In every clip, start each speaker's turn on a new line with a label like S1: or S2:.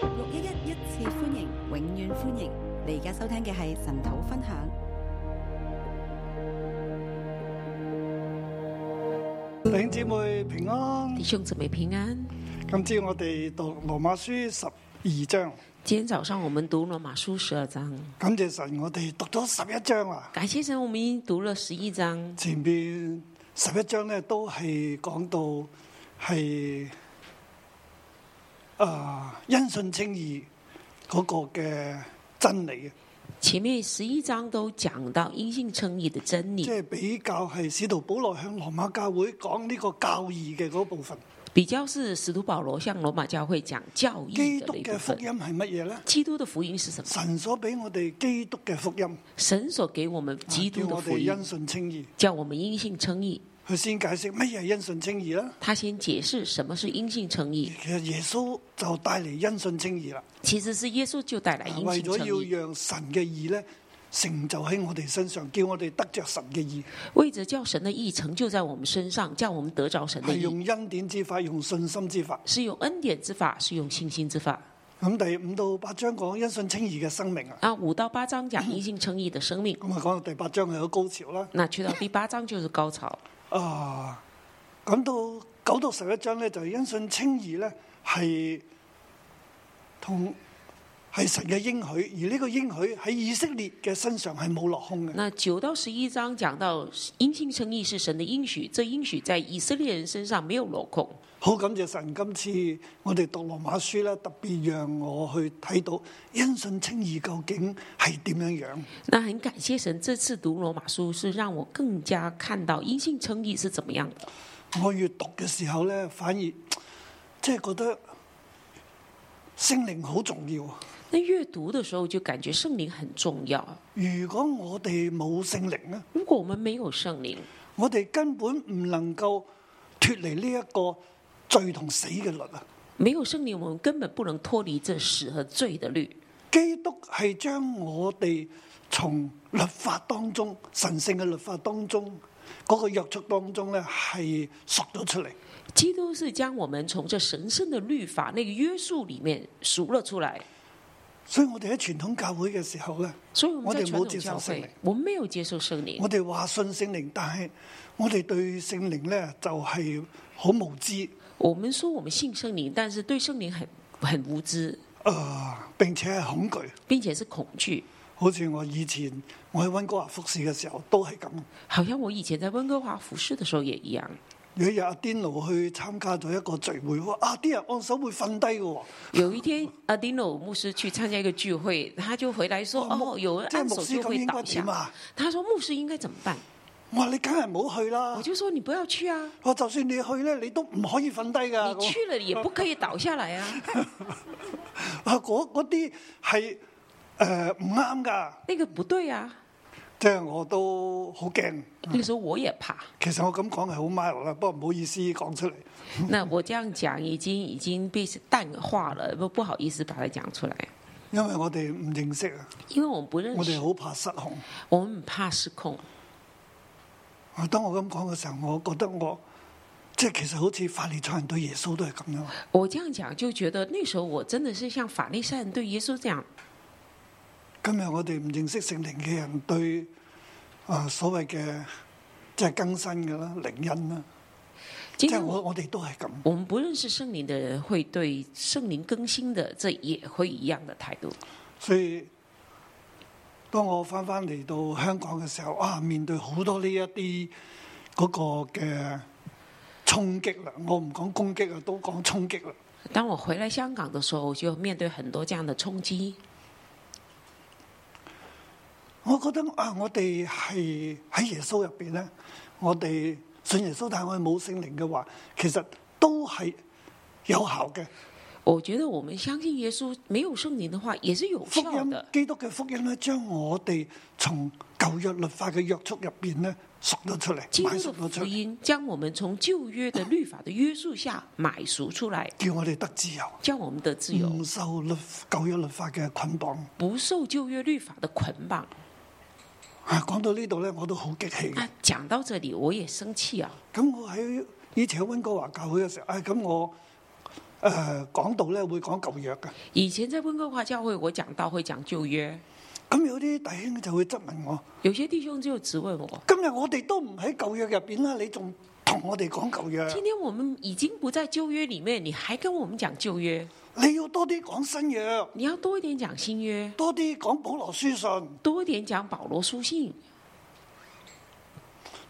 S1: 六一一一次歡迎，永遠歡迎！你而家收聽嘅係神土分享。
S2: 弟兄姊妹平安
S3: 弟，兄姊妹平安。
S2: 今朝我哋讀羅馬書十二章，
S3: 今天早上我們讀羅馬書十二章，
S2: 感謝神，我哋讀咗十一章啦。
S3: 感謝神，我們已經讀了十一章。
S2: 前面十一章咧都係講到係啊、因信稱義嗰個嘅真理嘅，
S3: 前面十一章都講到因信稱義的真
S2: 即
S3: 理，
S2: 係比較係使徒保羅向羅馬教會講呢個教義嘅嗰部分。
S3: 比較是使徒保羅向羅馬教會講教
S2: 基
S3: 義的
S2: 督
S3: 那一
S2: 嘅
S3: 部
S2: 福
S3: 分。
S2: 音係乜嘢咧？
S3: 基督的福音是什麼？
S2: 神所俾我哋基督嘅福音，啊
S3: 神所給我們基
S2: 叫
S3: 督的
S2: 我
S3: 福
S2: 哋
S3: 音，
S2: 因信稱義。
S3: 叫我們因信稱義。
S2: 佢先解釋乜嘢係因信稱義啦。
S3: 他先解釋什麼是因信稱義，
S2: 其實耶穌就帶嚟因信稱義啦，啊
S3: 其實是耶穌就帶來因
S2: 為
S3: 信
S2: 咗
S3: 稱義，
S2: 要讓神嘅義咧成就喺我哋身上，叫我哋得着神嘅義，
S3: 為着叫神的義成就在我們身上，叫我們得着神的
S2: 係
S3: 義。
S2: 用恩典之法，用信心之法。
S3: 是用恩典之法，是用信心之法。
S2: 咁第五到八章講因信稱義嘅生命啊，
S3: 啊，五到八章講因信称义的生命，
S2: 咁啊講到第八章係個高潮啦。
S3: 那去到第八章就是高潮。
S2: 啊，咁到九到十一章咧就係因信稱義咧係同係神嘅應許，而呢個應許喺以色列嘅身上係冇落空嘅。
S3: 那九到十一章講到因信称义是神的应许，这应许在以色列人身上没有镂空。
S2: 好感謝神，今次我哋讀羅馬書咧，特別讓我去睇到因信稱義究竟係點樣樣。
S3: 那很感謝神，這次讀羅馬書是讓我更加看到因信称义是怎麼樣的。
S2: 我越讀嘅時候咧，反而即係覺得聖靈好重要。
S3: 那閱讀的時候就感覺聖靈很重要。
S2: 如果我哋冇聖靈咧，
S3: 如果我們沒有聖靈，
S2: 我哋根本唔能夠脱離呢一個罪同死嘅律啊！
S3: 沒有聖靈，我們根本不能脫離這死和罪的律。
S2: 基督係將我哋從律法當中、神聖嘅律法當中嗰、個約束當中咧，係贖咗出嚟。
S3: 基督是將我們從這神聖的律法那個約束裡面贖了出來，
S2: 所以我哋喺傳統教會嘅時候咧，
S3: 所以我們在傳
S2: 我哋冇接
S3: 統
S2: 受
S3: 教
S2: 聖靈
S3: 會，我們沒有接受聖靈，
S2: 我哋話信聖靈，但係我哋對聖靈咧就係好無知，
S3: 我們說我們信聖靈，但是對聖靈很很無知，
S2: 誒、呃並且係恐懼。
S3: 並且是恐懼。
S2: 好似我以前我喺温哥華服侍嘅時候都係咁。
S3: 好像我以前在温哥華服侍的時候也一樣，
S2: 有一日阿甸奴去參加咗一個聚會，哇！啊啲人按手會瞓低嘅喎，
S3: 有一 天阿迪諾牧師去參加一個聚會，他就回來說：“
S2: 哦牧
S3: 哦，有人
S2: 即係
S3: 按
S2: 牧
S3: 手
S2: 師
S3: 就
S2: 咁
S3: 會
S2: 應該
S3: 倒
S2: 點
S3: 下。
S2: 啊？”
S3: 他說：“牧師應該怎麼辦
S2: 我話你梗係唔好去？”啦
S3: 我。就說：“你不要去 啊，
S2: 我就算你去咧，你都唔可以瞓低㗎。
S3: 你去了也不可以倒下 來啊，
S2: 啊，嗰嗰啲係誒唔啱㗎，
S3: 那個不對啊。
S2: 即係我都好驚。
S3: 那個時候我也怕。
S2: 其實我咁講係好 mile 啦，不過唔好意思講出嚟。
S3: 那我這樣講已經已經被淡化了，不不好意思把它講出來，
S2: 因為我哋唔認識啊，
S3: 因為我們不認
S2: 我哋
S3: 識，
S2: 好怕失控。
S3: 我們很怕失控。
S2: 啊，當我咁講嘅時候，我覺得我即係其實好似法利賽人對耶穌都係咁樣。
S3: 我這樣講就覺得那時候我真的是像法利賽人對耶穌這樣，
S2: 今日我哋唔認識聖靈嘅人對啊、所謂嘅即係更新嘅啦、靈恩啦，即
S3: 今
S2: 係
S3: 天
S2: 我
S3: 我
S2: 我哋都係咁。
S3: 我們不認識聖靈的人會對聖靈更新的，這也會一樣的態度。
S2: 所以當我翻翻嚟到香港嘅時候，啊，面對好多呢一啲嗰個嘅衝擊啦，我唔講攻擊啊，都講衝擊啦。
S3: 當我回來香港的時候，我就面對很多這樣的衝擊。
S2: 我覺得啊，我哋係喺耶穌入邊咧，我哋信耶穌，但係我哋冇聖靈嘅話，其實都係有效嘅。
S3: 我覺得我們相信耶穌沒有聖靈的話也是有
S2: 福
S3: 效
S2: 音
S3: 的。
S2: 基督嘅福音咧，將我哋從舊約律法嘅約束入邊咧贖咗出嚟，
S3: 基
S2: 買贖
S3: 督的
S2: 咗出
S3: 福
S2: 嚟，
S3: 音將我們從舊約的律法的約束下買赎出來，
S2: 叫我哋得自由，
S3: 叫我們得自由，
S2: 唔受律舊約律法嘅捆綁。
S3: 不受舊約律法的捆綁。
S2: 啊，講到呢度咧，我都好激氣嘅。
S3: 啊，講到這裡我也生氣啊！
S2: 咁我喺以前喺温哥華教會嘅時候，啊，咁我誒講道咧會講舊約嘅。
S3: 以前在温哥华教会，我讲到会讲旧约，
S2: 咁有啲弟兄就會質問我：
S3: 有些弟兄就质问我：
S2: 今日我哋都唔喺舊約入邊啦，你仲同我哋講舊約？
S3: 今天我们已经不在旧约里面，你还跟我们讲旧约？
S2: 你要多啲講新約，
S3: 你要多一点讲新约，
S2: 多啲講保羅書信，
S3: 多一点讲保罗书信，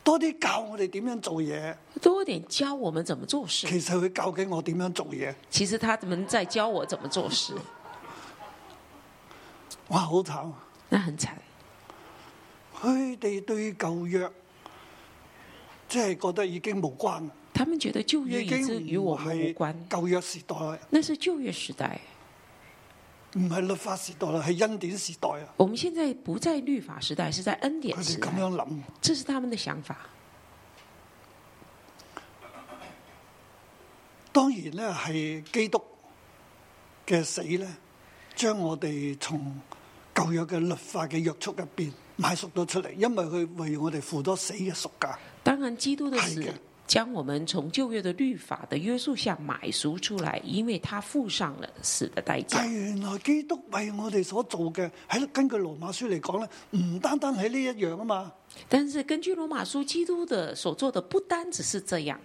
S2: 多啲教我哋點樣做嘢。
S3: 多一点教我们怎么做事。
S2: 其實佢教緊我點樣做嘢，
S3: 其实他们在教我怎么做 事，
S2: 哇！好慘啊。
S3: 那很惨。
S2: 佢哋對舊約即係覺得已經無關啦，
S3: 他们觉得旧约
S2: 已
S3: 已经与
S2: 經
S3: 我
S2: 唔
S3: 们无
S2: 係
S3: 关，
S2: 舊約時代，
S3: 那是旧约时代。
S2: 唔係律法時代啦，係恩典時代啊！
S3: 我们现在不在律法时代，是啊在恩典
S2: 佢
S3: 时
S2: 哋
S3: 代
S2: 咁。樣諗。
S3: 这是他们的想法。
S2: 當然咧，係基督嘅死咧，將我哋從舊約嘅律法嘅約束入邊買贖咗出嚟，因為佢為我哋付咗死嘅贖價。
S3: 当然，基督的
S2: 哎
S3: 死
S2: 呀
S3: 将我们从旧约的律法的约束下买赎出来，因为他付上了死的代价
S2: 但。原來基督為我哋所做嘅，喺根據羅馬書嚟講咧，唔單單係呢一樣啊嘛，
S3: 但是根据罗马书，基督的所做的不单只是这样，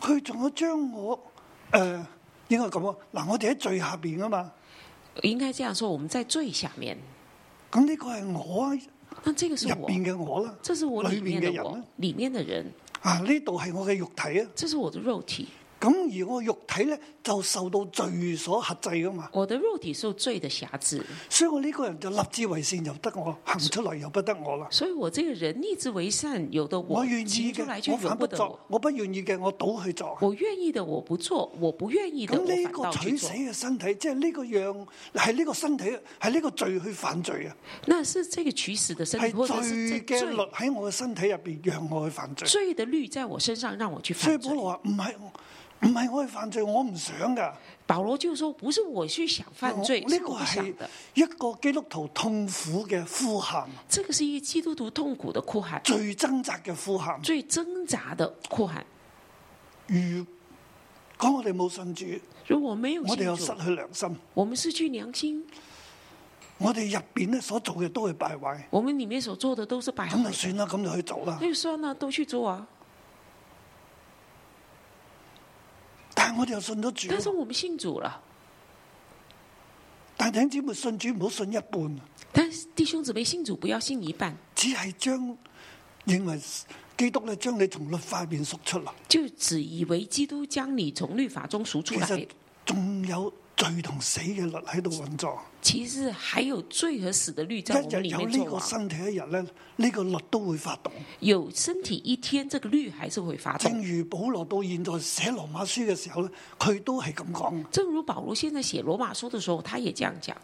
S2: 佢仲有將我誒、呃、應該咁啊，嗱，我哋喺罪下邊啊嘛，
S3: 应该这样说：我们在罪下面，
S2: 咁呢個係我入
S3: 那这个是我，
S2: 邊嘅我啦，
S3: 这是我里面
S2: 里面
S3: 的
S2: 的人
S3: 我
S2: 呢，
S3: 里面的人，
S2: 啊呢度係我嘅肉體啊。
S3: 这是我的肉体，
S2: 咁而我肉體咧就受到罪所克制噶嘛，
S3: 我的肉体受罪的辖制，
S2: 所以我呢個人就立志為善由得我，行出嚟由不得我啦。
S3: 所以我这个人逆之为善，有的
S2: 我
S3: 我
S2: 願意
S3: 行出来
S2: 嘅，
S3: 就
S2: 我
S3: 由
S2: 反不
S3: 不得我
S2: 作；；我不願意嘅，我倒去作。
S3: 我愿意的我不做，我不愿意的
S2: 咁
S3: 我
S2: 呢
S3: 反
S2: 個
S3: 倒去
S2: 取
S3: 做
S2: 死。嘅身體，即係呢個樣，係呢個身體，係呢個罪去犯罪啊，
S3: 那是这个取死的身体，
S2: 係
S3: 或者是
S2: 罪
S3: 这
S2: 嘅律
S3: 罪
S2: 喺我嘅身體入邊，讓我去犯罪。
S3: 罪的律在我身上让我去
S2: 所以
S3: 犯
S2: 保
S3: 罪。
S2: 羅話：唔係我，唔係我去犯罪，我唔想噶。
S3: 保罗就说，不是我去想犯罪，
S2: 哦我呢
S3: 是
S2: 個
S3: 我不想
S2: 係
S3: 的。
S2: 一個基督徒痛苦嘅呼喊，
S3: 这个是一基督徒痛苦的哭喊，
S2: 最掙扎嘅呼喊。
S3: 最挣扎的哭喊。
S2: 如果我哋冇信主，
S3: 如果没有
S2: 我哋
S3: 信
S2: 又失
S3: 主，
S2: 去良心，
S3: 我们失去良心，
S2: 我哋入邊咧所做嘅都係敗壞，
S3: 我们里面所做的都是败
S2: 咁
S3: 坏
S2: 就。算啦，咁就去做啦。
S3: 那就算了，都去做啊。
S2: 但係我哋又信咗
S3: 但是
S2: 主，
S3: 我们信主了，
S2: 但係弟兄姊妹信主唔好信一半，
S3: 但是弟兄姊妹信主不要信一半，
S2: 只係將認為基督咧將你從律法入邊贖出啦。
S3: 就只以为基督將你从律法中赎出
S2: 其
S3: 来
S2: 實。仲有罪同死嘅律喺度運作，
S3: 其实还有罪和死的律在我
S2: 一
S3: 们
S2: 日
S3: 里
S2: 有
S3: 面作啊
S2: 呢個
S3: 王。
S2: 身體一日咧，呢、個律都會發動。
S3: 有身体一天，这个律还是会发
S2: 正
S3: 动。
S2: 如保羅到現在寫羅馬書嘅時候咧，佢都係咁講，呢、
S3: 正如保罗现在写罗马书的时候，他也这样讲，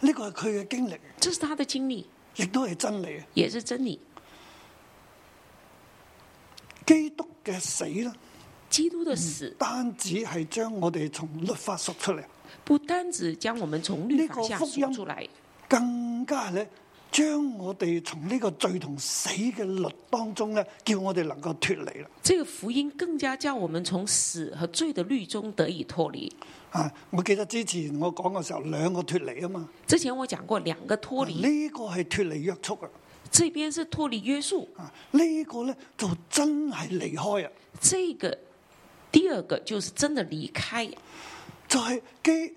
S2: 個係佢嘅經歷，
S3: 这是他的经历，
S2: 亦都係真理。
S3: 也是真理。
S2: 基督嘅死咧，
S3: 基督的死
S2: 單止係將我哋從律法贖出嚟，
S3: 不单只将我们从律法
S2: 那
S3: 下
S2: 个福音
S3: 赎出来，
S2: 更加咧將我哋從呢個罪同死嘅律當中咧，叫我哋能夠脱離啦。
S3: 这个福音更加叫我们从死和罪的律中得以脱离。
S2: 啊！我記得之前我講嘅時候，兩個脱離啊嘛，
S3: 之前我讲过两个脱离，
S2: 呢個係脱離約束啊！
S3: 这边是脱离约束，
S2: 啊，呢個咧就真係離開啊！
S3: 这个第二个就是真的离开，
S2: 就係基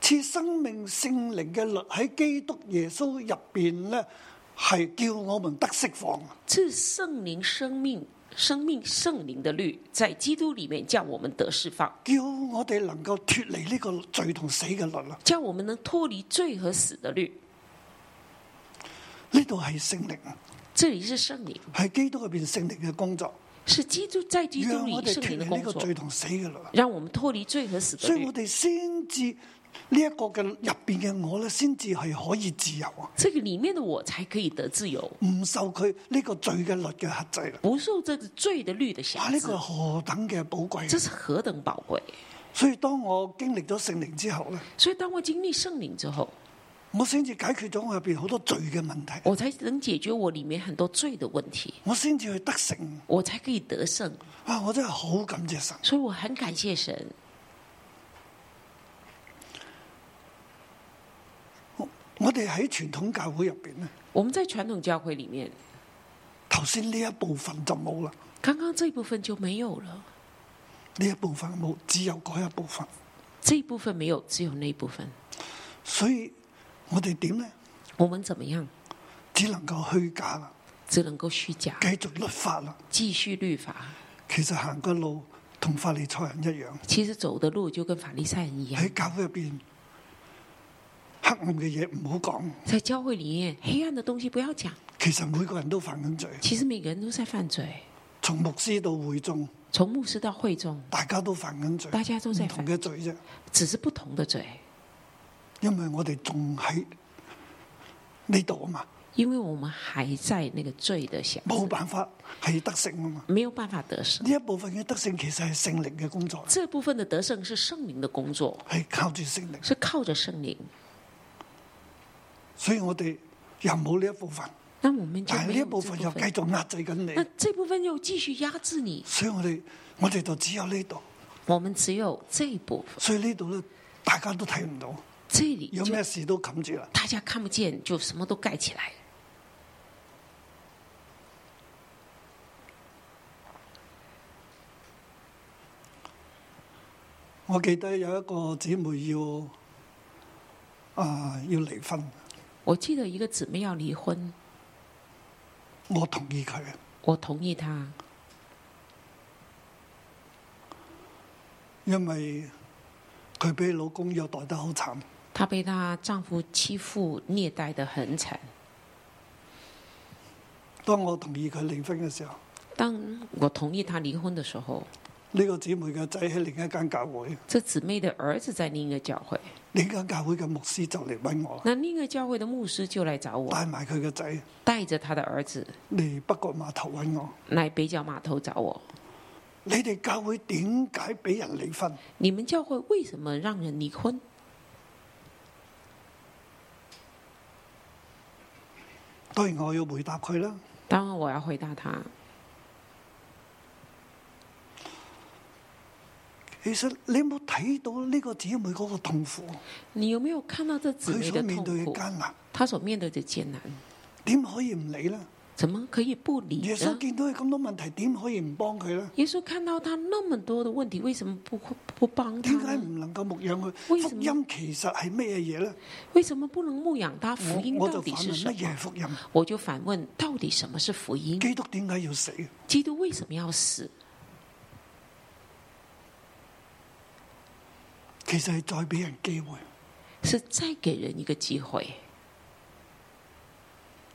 S2: 赐生命聖靈嘅律喺基督耶穌入邊咧，係叫我們得釋放啊。
S3: 是圣灵生命、生命圣灵的律，在基督里面叫我们得释放。
S2: 叫我哋能夠脱離呢個罪同死嘅律啦。
S3: 叫我们能脱离罪和死的律。
S2: 呢度係聖靈，啊
S3: 这里是圣灵，
S2: 係基督入邊聖靈嘅工作，
S3: 是基督在基督
S2: 讓我
S3: 里
S2: 哋
S3: 圣
S2: 脱
S3: 灵的
S2: 離呢
S3: 工
S2: 個
S3: 作，
S2: 罪同死嘅律。
S3: 让我们脱离罪和死的
S2: 所以我
S3: 律。
S2: 哋先至呢一個嘅入邊嘅我咧，先至係可以自由啊，
S3: 这个里面的我才可以得自由，
S2: 唔受佢呢個罪嘅律嘅克制啦。
S3: 不受这个罪的律的
S2: 哇！
S3: 辖
S2: 呢、
S3: 制
S2: 個。係何等嘅寶貴
S3: 这
S2: 啊！
S3: 是何等宝贵！
S2: 所以當我經歷咗聖靈之後咧，
S3: 所以，当我经历圣灵之后，
S2: 我先至解決咗我入邊好多罪嘅問題，
S3: 我才能解决我里面很多罪的问题，
S2: 我先至去得勝。
S3: 我才可以得胜。
S2: 啊！我真係好感謝神。
S3: 所以我很感谢神。
S2: 我哋喺傳統教會入邊咧，
S3: 我们在传统教会里面，
S2: 頭先呢一部分就冇啦，
S3: 刚刚这部分就没有了，
S2: 呢一部分冇，只有嗰一部分。
S3: 这一部分没有，只有那一部分。
S2: 所以我哋點呢？
S3: 我们怎么样？
S2: 只能夠虛假啦，
S3: 只能够虚假，
S2: 繼續律法啦。
S3: 继续律法。
S2: 其實行嘅路同法利賽人一樣，
S3: 其实走的路就跟法利赛人一样，
S2: 喺教會入邊黑暗嘅嘢唔好講。
S3: 在教会里面黑暗的东西不要讲。
S2: 其實每個人都犯緊罪，
S3: 其实每个人都在犯罪，
S2: 從牧師到會眾，
S3: 从牧师到会众，
S2: 大家都犯緊罪，
S3: 大家都在
S2: 唔同
S3: 犯
S2: 嘅罪啫。
S3: 只是不同的罪。
S2: 因為我哋仲喺呢度啊嘛，
S3: 因为我们还在那个罪的辖
S2: 冇
S3: 制，
S2: 辦法係得勝啊嘛。
S3: 没有办法得胜。
S2: 呢一部分嘅得勝其實係聖靈嘅工作，
S3: 这部分的得胜是圣灵的工作，
S2: 係靠住聖靈，
S3: 是靠着圣灵。
S2: 所以我哋又冇呢一部分，
S3: 那我们就
S2: 但係
S3: 没
S2: 呢一
S3: 有
S2: 部
S3: 这
S2: 分又繼續壓制緊
S3: 那
S2: 你，
S3: 这部分又继续压制你。
S2: 所以我哋我哋就只有呢度，
S3: 我们只有这一部分，
S2: 所以呢度咧大家都睇唔到，
S3: 这里
S2: 有
S3: 就
S2: 咩事都冚住啦。
S3: 大家看不见，就什么都盖起来。
S2: 我記得有一個姊妹要啊、要離婚，
S3: 我记得一个姊妹要离婚，
S2: 我同意佢，
S3: 我同意她，
S2: 因為佢俾老公虐待得好慘。
S3: 她被她丈夫欺负虐待的很惨。
S2: 當我同意佢離婚嘅時候，
S3: 当我同意她离婚的时候，
S2: 呢、個姊妹嘅仔喺另一間教會，
S3: 这姊妹的儿子在另一个教会，
S2: 另一間教會嘅牧師就嚟揾我，
S3: 那另一个教会的牧师就来找我，
S2: 帶埋佢嘅仔
S3: 带着他的儿子
S2: 嚟北角碼頭揾我。
S3: 来北角码头找我。
S2: 你哋教會點解俾人離婚？
S3: 你们教会为什么让人离婚？
S2: 當然我要回答佢啦。
S3: 当然，我要回答他，
S2: 其實你有冇睇到呢個姊妹嗰個痛苦，
S3: 你有没有看到这姊
S2: 佢
S3: 妹
S2: 所
S3: 的
S2: 面對
S3: 痛
S2: 嘅
S3: 苦？
S2: 艱難，
S3: 她所面对的艰难，
S2: 點可以唔理呢？
S3: 怎么可以不理
S2: 耶穌
S3: 呢？
S2: 見到佢咁多問題，點可以唔幫佢呢？
S3: 耶稣看到他那么多的问题，为什么不不幫他
S2: 點解
S3: 呢？
S2: 唔能夠牧養佢？
S3: 為什
S2: 福
S3: 麼
S2: 音其實係咩嘢呢？
S3: 为什么不能牧养他？福音
S2: 我我就反
S3: 到底是
S2: 問
S3: 什
S2: 乜嘢
S3: 么
S2: 係？福音？
S3: 我就反问，到底什么是福音？
S2: 基督點解要死？
S3: 基督为什么要死？
S2: 其實係再俾人機會。
S3: 是再给人一个机会。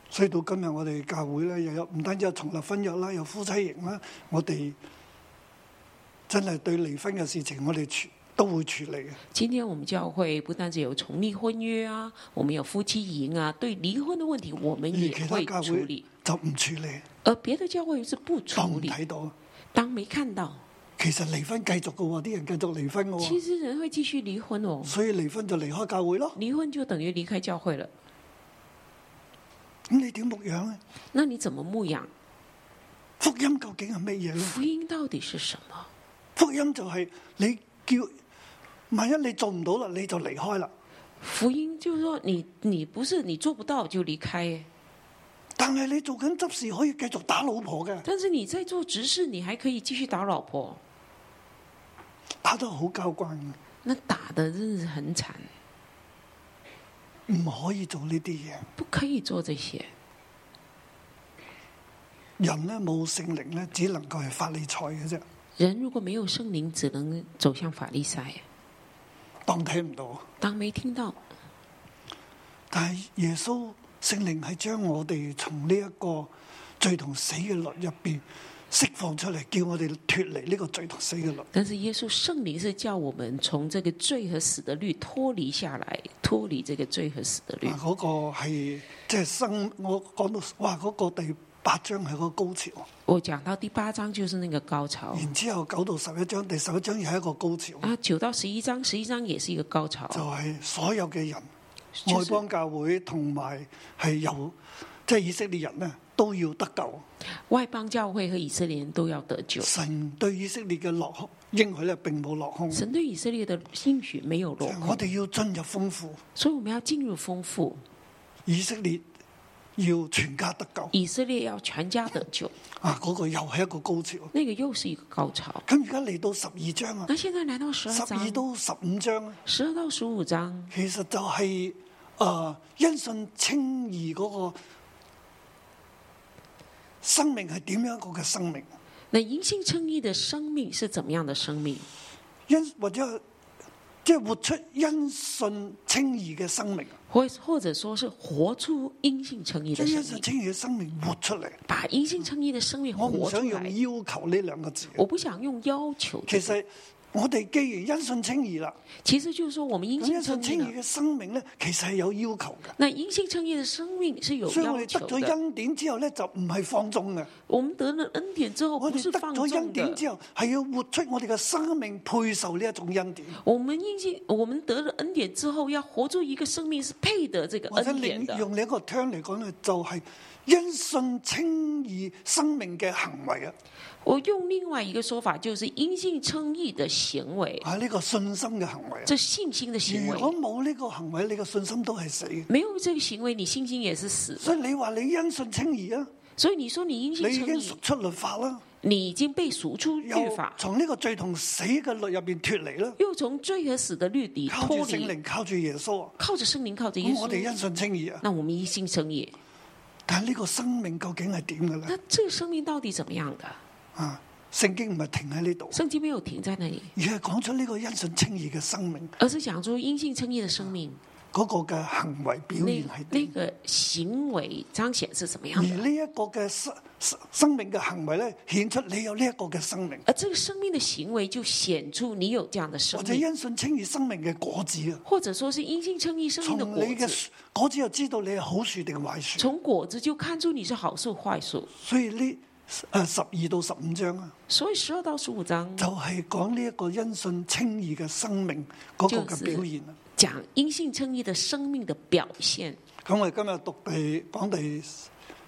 S2: 所以到今日我哋教會咧，又有唔單止有重立婚約啦，有夫妻營啦，我哋真係對離婚嘅事情，我哋處都會處理嘅。
S3: 今天我们教会不但只有重立婚约啊，我们有夫妻营啊，对离婚的问题我们
S2: 而
S3: 也
S2: 其他
S3: 会
S2: 教
S3: 处
S2: 會
S3: 理，
S2: 就唔處理，
S3: 而别的教会是不
S2: 當
S3: 处
S2: 唔
S3: 理。
S2: 睇到。
S3: 当没看到，
S2: 其實離婚繼續嘅喎，啲人繼續離婚嘅
S3: 其
S2: 喎，
S3: 实人会继续离婚哦，
S2: 所以離婚就離開教會咯。
S3: 离婚就等于离开教会了。
S2: 咁你點牧養咧？
S3: 那你怎么牧养？
S2: 福音究竟係乜嘢咧？
S3: 福音到底是什么？
S2: 福音就係你叫，萬一你做唔到啦，你就離開啦。
S3: 福音就是说你，你不是你做不到就离开，
S2: 但係你做緊執事可以繼續打老婆嘅，
S3: 但是你在做执事，你还可以继续打老婆，
S2: 打得好交關嘅，
S3: 那打的真是很惨，
S2: 唔可以做呢啲嘢。
S3: 不可以做这些。
S2: 人咧冇聖靈咧，只能夠係法理賽嘅啫，
S3: 人如果没有圣灵，只能走向法利赛。
S2: 當睇唔到。
S3: 当没听到，
S2: 但係耶穌聖靈係將我哋從呢一個罪同死嘅律入邊釋放出嚟，叫我哋脱離呢個罪同死嘅律。
S3: 但是耶稣圣灵是叫我们从这个罪和死的律脱离下来，脱离这个罪和死的律
S2: 嗱，。啊嗰個係即係生，我講到哇，嗰、個第八章係個高潮，
S3: 我讲到第八章就是那个高潮
S2: 然之後九到十一章，第十一章又係一個高潮，
S3: 啊，九到十一章，十一章也是一个高潮，
S2: 就係、所有嘅人
S3: 就
S2: 外
S3: 是
S2: 邦教會同埋係由即係以色列人咧都要得救。
S3: 外邦教会和以色列人都要得救。
S2: 神對以色列嘅落空應許咧，並冇落空。
S3: 神对以色列的应许没有落
S2: 我
S3: 空，
S2: 哋要進入豐富，
S3: 所以我们要进入丰富。
S2: 以色列要全家得救
S3: 以色列要全家得救，
S2: 啊！嗰、個又係一個高潮。
S3: 那个又是一个高潮。
S2: 咁而家嚟到十二章啊，
S3: 那现在来到十
S2: 十
S3: 二
S2: 二到
S3: 章，
S2: 十五章啊，
S3: 十二到十五章
S2: 其實就係、呃因信稱義嗰個生命係點樣一個嘅生命？
S3: 那因信称义的生命是怎么样的生命？
S2: 因或者係即係活出因信稱義嘅生命，
S3: 或或者说是活出因信称义
S2: 將
S3: 的
S2: 因
S3: 生
S2: 信
S3: 命，
S2: 稱義嘅生命活出嚟。
S3: 把因信称义的生命
S2: 我唔
S3: 活
S2: 想
S3: 出
S2: 用
S3: 来。
S2: 要求呢兩個字。
S3: 我不想用要求这
S2: 其
S3: 个，
S2: 實我哋既然因信稱義啦，
S3: 其实就是说我们因
S2: 咁
S3: 信
S2: 因信
S3: 称
S2: 稱
S3: 义了
S2: 義。嘅生命咧，其實係有要求嘅。
S3: 那因信称义的生命是有
S2: 所以我
S3: 要
S2: 哋
S3: 求
S2: 得咗
S3: 的。
S2: 恩典之後咧，就唔係放縱嘅。
S3: 我们得了恩典之后，
S2: 我
S3: 不
S2: 哋
S3: 是
S2: 得
S3: 放
S2: 咗恩
S3: 纵
S2: 典
S3: 的。
S2: 之後，係要活出我哋嘅生命，配受呢一種恩典，
S3: 我们因信，我们得了恩典之后，要活出一个生命是配得这个
S2: 或者
S3: 恩典啊
S2: 另
S3: 的。
S2: 用另一個 term 嚟講咧，就係因信稱義生命嘅行為啊！
S3: 我用另外一个说法，就是因信称义的行为，
S2: 啊，呢個信心嘅行為啊！
S3: 这信心的行
S2: 如果
S3: 为，
S2: 冇呢個行為，你嘅信心都係死嘅。
S3: 没有这个行为，你信心也是死的。
S2: 所以你話你因信稱義啊，
S3: 所以你说你因
S2: 你
S3: 信
S2: 已經
S3: 称义
S2: 熟，出律法啦，
S3: 你已经被赎出律
S2: 又
S3: 法，
S2: 從呢個罪同死嘅律入邊脱離啦，
S3: 又從罪和死的律底
S2: 靠住
S3: 脱
S2: 聖
S3: 离，
S2: 靈，靠住耶穌啊！
S3: 靠着圣灵，靠着耶
S2: 咁我哋
S3: 稣，
S2: 因信稱義啊！
S3: 那我们因信称义。
S2: 哎但係呢個生命究竟係點嘅咧？
S3: 那这个生命到底怎么样的？
S2: 啊，聖經唔係停喺呢度。
S3: 圣经没有停在那里，
S2: 而係講出呢個因信稱義嘅生命
S3: 而是讲出因信称义的生命，
S2: 嗰、個嘅行為表
S3: 那
S2: 現係
S3: 那
S2: 點，
S3: 个行为彰顯是什么
S2: 而
S3: 样的？
S2: 呢一個嘅生生生命嘅行為咧，顯出你有呢一個嘅生命，
S3: 而这个生命的行为就显出你有这样的
S2: 或
S3: 生
S2: 者
S3: 命，
S2: 因信稱義生命嘅果子啊。
S3: 或者说是因信称义生
S2: 從
S3: 命的
S2: 你
S3: 果
S2: 嘅
S3: 子。
S2: 樹果子就知道你係好樹定壞樹，
S3: 从果子就看出你是好树坏树，
S2: 所以呢誒十二到十五章啊，
S3: 所以十二到十五章
S2: 就係講呢一個因信稱義嘅生命嗰個
S3: 就是
S2: 嘅表現啊。
S3: 讲因信称义的生命的表現。
S2: 咁我哋今日讀第講第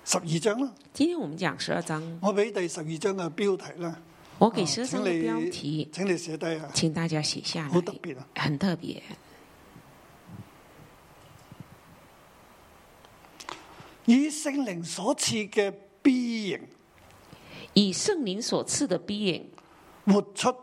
S2: 十二章啦，
S3: 今天我们讲十二章，
S2: 我俾第十二章嘅標題啦，
S3: 我给十二章的
S2: 請你
S3: 标题，
S2: 請你寫低啊，
S3: 请大家写下
S2: 好特
S3: 来，
S2: 別啊！
S3: 很特别。
S2: 以聖靈所賜嘅 B 型
S3: 以圣灵所赐的逼引，
S2: 活出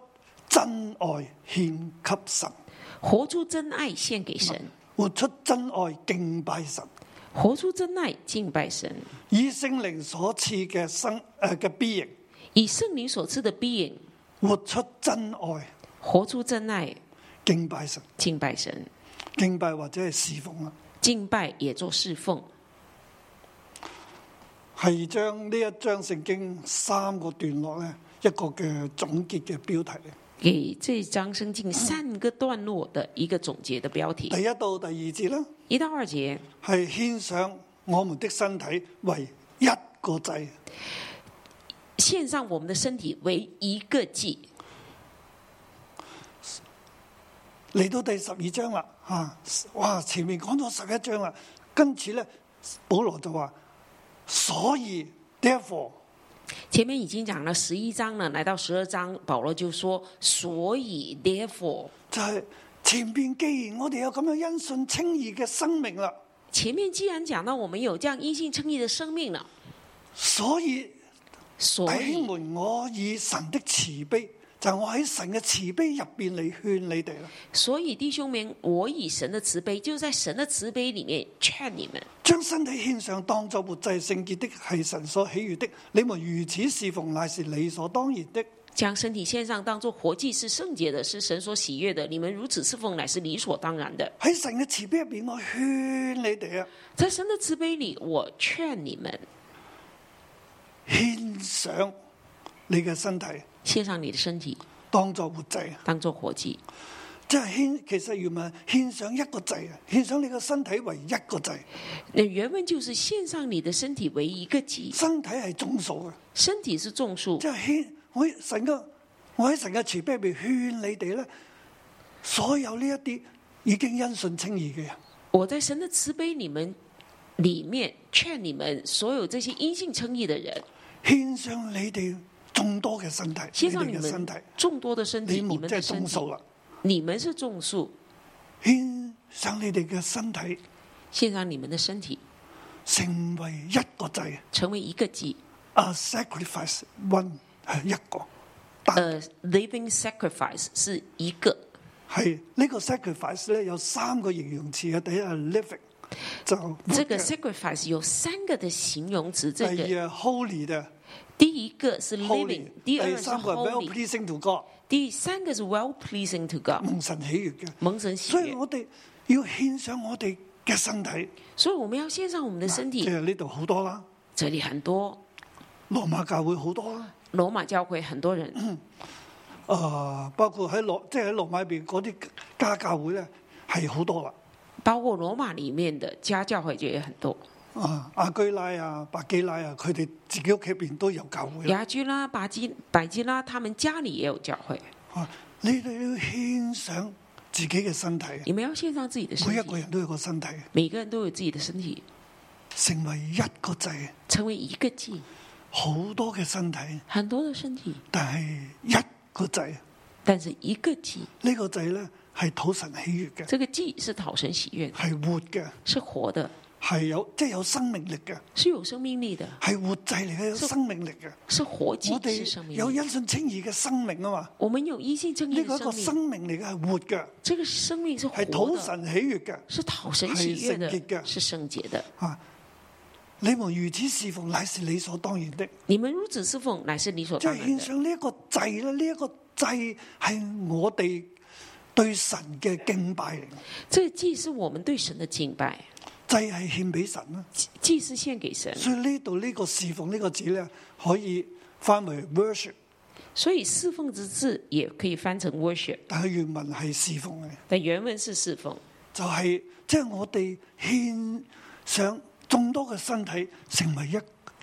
S2: 真愛獻給神，
S3: 活出真爱献给神，
S2: 活出真愛敬拜神。
S3: 活出真爱敬拜神。
S2: 以聖靈所賜嘅生诶嘅 B 型
S3: 以圣灵所赐的逼引，
S2: 活出真愛
S3: 活出真爱
S2: 敬拜神，
S3: 敬拜神，
S2: 敬拜或者係侍奉啊啦，
S3: 敬拜也做侍奉，
S2: 係將呢一章聖經三個段落咧一個嘅總結嘅標題。
S3: 给这张圣经三个段落的一个总结的标题，
S2: 第一到第二節啦，
S3: 一到二节。
S2: 係獻上我們的身體為一個祭。
S3: 献上我们的身体为一个祭，
S2: 嚟到第十二章啦，吓、哇！前面講咗十一章啦，跟住咧，保羅就話：所以 therefore
S3: 前面已经讲了十一章了，来到十二章，保罗就说：所以 therefore，
S2: 就係前面既然我哋有咁樣因信稱義嘅生命啦，
S3: 前面既然讲到我们有这样因信称义的生命了，
S2: 所以
S3: 所
S2: 弟
S3: 以
S2: 兄們，我以神的慈悲，就係我喺神嘅慈悲入邊嚟勸你哋啦，
S3: 所以弟兄们，我以神的慈悲，就是在神的慈悲里面劝你们，
S2: 將身體獻上當作活祭，聖潔的係神所喜悦的，你們如此侍奉乃是理所當然的。
S3: 将身体献上当做活祭，是圣洁的，是神所喜悦的。你们如此侍奉，乃是理所当然的。
S2: 喺神嘅慈悲入邊，我勸你哋啊！
S3: 在神的慈悲里，我劝你们
S2: 献上你嘅身體
S3: 献上你的身体
S2: 當作活祭，
S3: 当做活祭，
S2: 即係獻。其實原文獻上一個祭啊，獻上你嘅身體為一個祭。
S3: 那原文就是献上你的身体为一个祭，
S2: 身體係眾數嘅，
S3: 身体是众数
S2: 即。係獻我喺神嘅，我喺神嘅慈悲入邊勸你哋咧，所有呢一啲已經因信稱義嘅人，
S3: 我在神的慈悲里面里面劝你们所有这些因信称义的人，
S2: 獻上你哋眾多嘅身體，
S3: 献
S2: 你
S3: 上你
S2: 哋嘅身
S3: 们
S2: 體，
S3: 众多的身体，
S2: 你
S3: 你
S2: 們
S3: 们
S2: 即
S3: 的
S2: 係
S3: 身
S2: 眾
S3: 体，
S2: 數啦，
S3: 你们是众数，
S2: 獻上你哋嘅身體
S3: 献上你们的身体，
S2: 成為一個祭
S3: 成为一个祭，
S2: 啊，sacrifice one 係一個，但
S3: 呃，living sacrifice 是一个。
S2: 係呢個 sacrifice 咧有三個形容詞嘅，第一係 living 就活
S3: 这个
S2: 嘅
S3: sacrifice 有三个的形容词，
S2: 第
S3: 这
S2: 二
S3: 个
S2: 係 holy 嘅
S3: 第一个是 living，
S2: 哎 holy，
S3: 第二
S2: 第
S3: 个是
S2: 三個係 well
S3: holy，
S2: pleasing to God
S3: 第三个是 well pleasing to God，
S2: 蒙神喜悅嘅，
S3: 蒙神喜
S2: 所以
S3: 悦。
S2: 我哋要獻上我哋嘅身體，
S3: 所以我们要献上我们的身
S2: 即
S3: 体，
S2: 係呢度好多啦，
S3: 这里很多
S2: 羅馬教會好多啦。
S3: 罗马教会很多人，
S2: 誒、啊包括喺羅，即係喺羅馬入邊嗰啲家教會咧，係好多啦。
S3: 包括罗马里面的家教会也很多，
S2: 啊，阿居拉啊、白基拉啊，佢哋自己屋企入邊都有教會啦。
S3: 雅居拉、巴基、百基拉，他们家里也有教会。
S2: 啊你哋要獻上自己嘅身體，
S3: 你们要献上自己的身
S2: 每一個
S3: 体，
S2: 人都有個身體，
S3: 每个人都有自己的身体，
S2: 成為一個祭，
S3: 成为一个祭，
S2: 好多嘅身體，
S3: 很多的身体，
S2: 但係一個祭，
S3: 但是一个祭，
S2: 呢、個祭咧係討神喜悅嘅，
S3: 这个祭是讨神喜悦的，
S2: 係活嘅，
S3: 是活的，
S2: 係有即係有生命力嘅，
S3: 是有生命力的，
S2: 係活祭嚟嘅，有生命力嘅。
S3: 是活祭
S2: 我，
S3: 是生
S2: 哋有
S3: 命力。
S2: 因信稱義嘅生命啊嘛。
S3: 我们有一性正义
S2: 呢個
S3: 的
S2: 一個
S3: 生命，
S2: 生命嚟嘅，係活嘅，
S3: 这个生命是活
S2: 係討
S3: 的，
S2: 神喜悦嘅。
S3: 是讨神喜悦
S2: 係聖潔
S3: 的，
S2: 嘅
S3: 是圣洁的。
S2: 啊，你們如此侍奉，乃是理所當然的。
S3: 你们如此侍奉，乃是理所
S2: 即
S3: 当
S2: 係
S3: 然
S2: 獻
S3: 的。
S2: 上呢一個祭咧，呢、一個祭係我哋對神嘅敬拜嚟嘅。
S3: 这既是我们对神的敬拜，
S2: 祭係獻俾神啦，
S3: 既既是献给神。
S2: 所以呢度呢個侍奉呢個字咧，可以翻為 worship，
S3: 所以侍奉之字也可以翻成 worship，
S2: 但係原文係侍奉嘅，
S3: 但原文是侍奉，
S2: 就係即係我哋獻上眾多嘅身體，成為一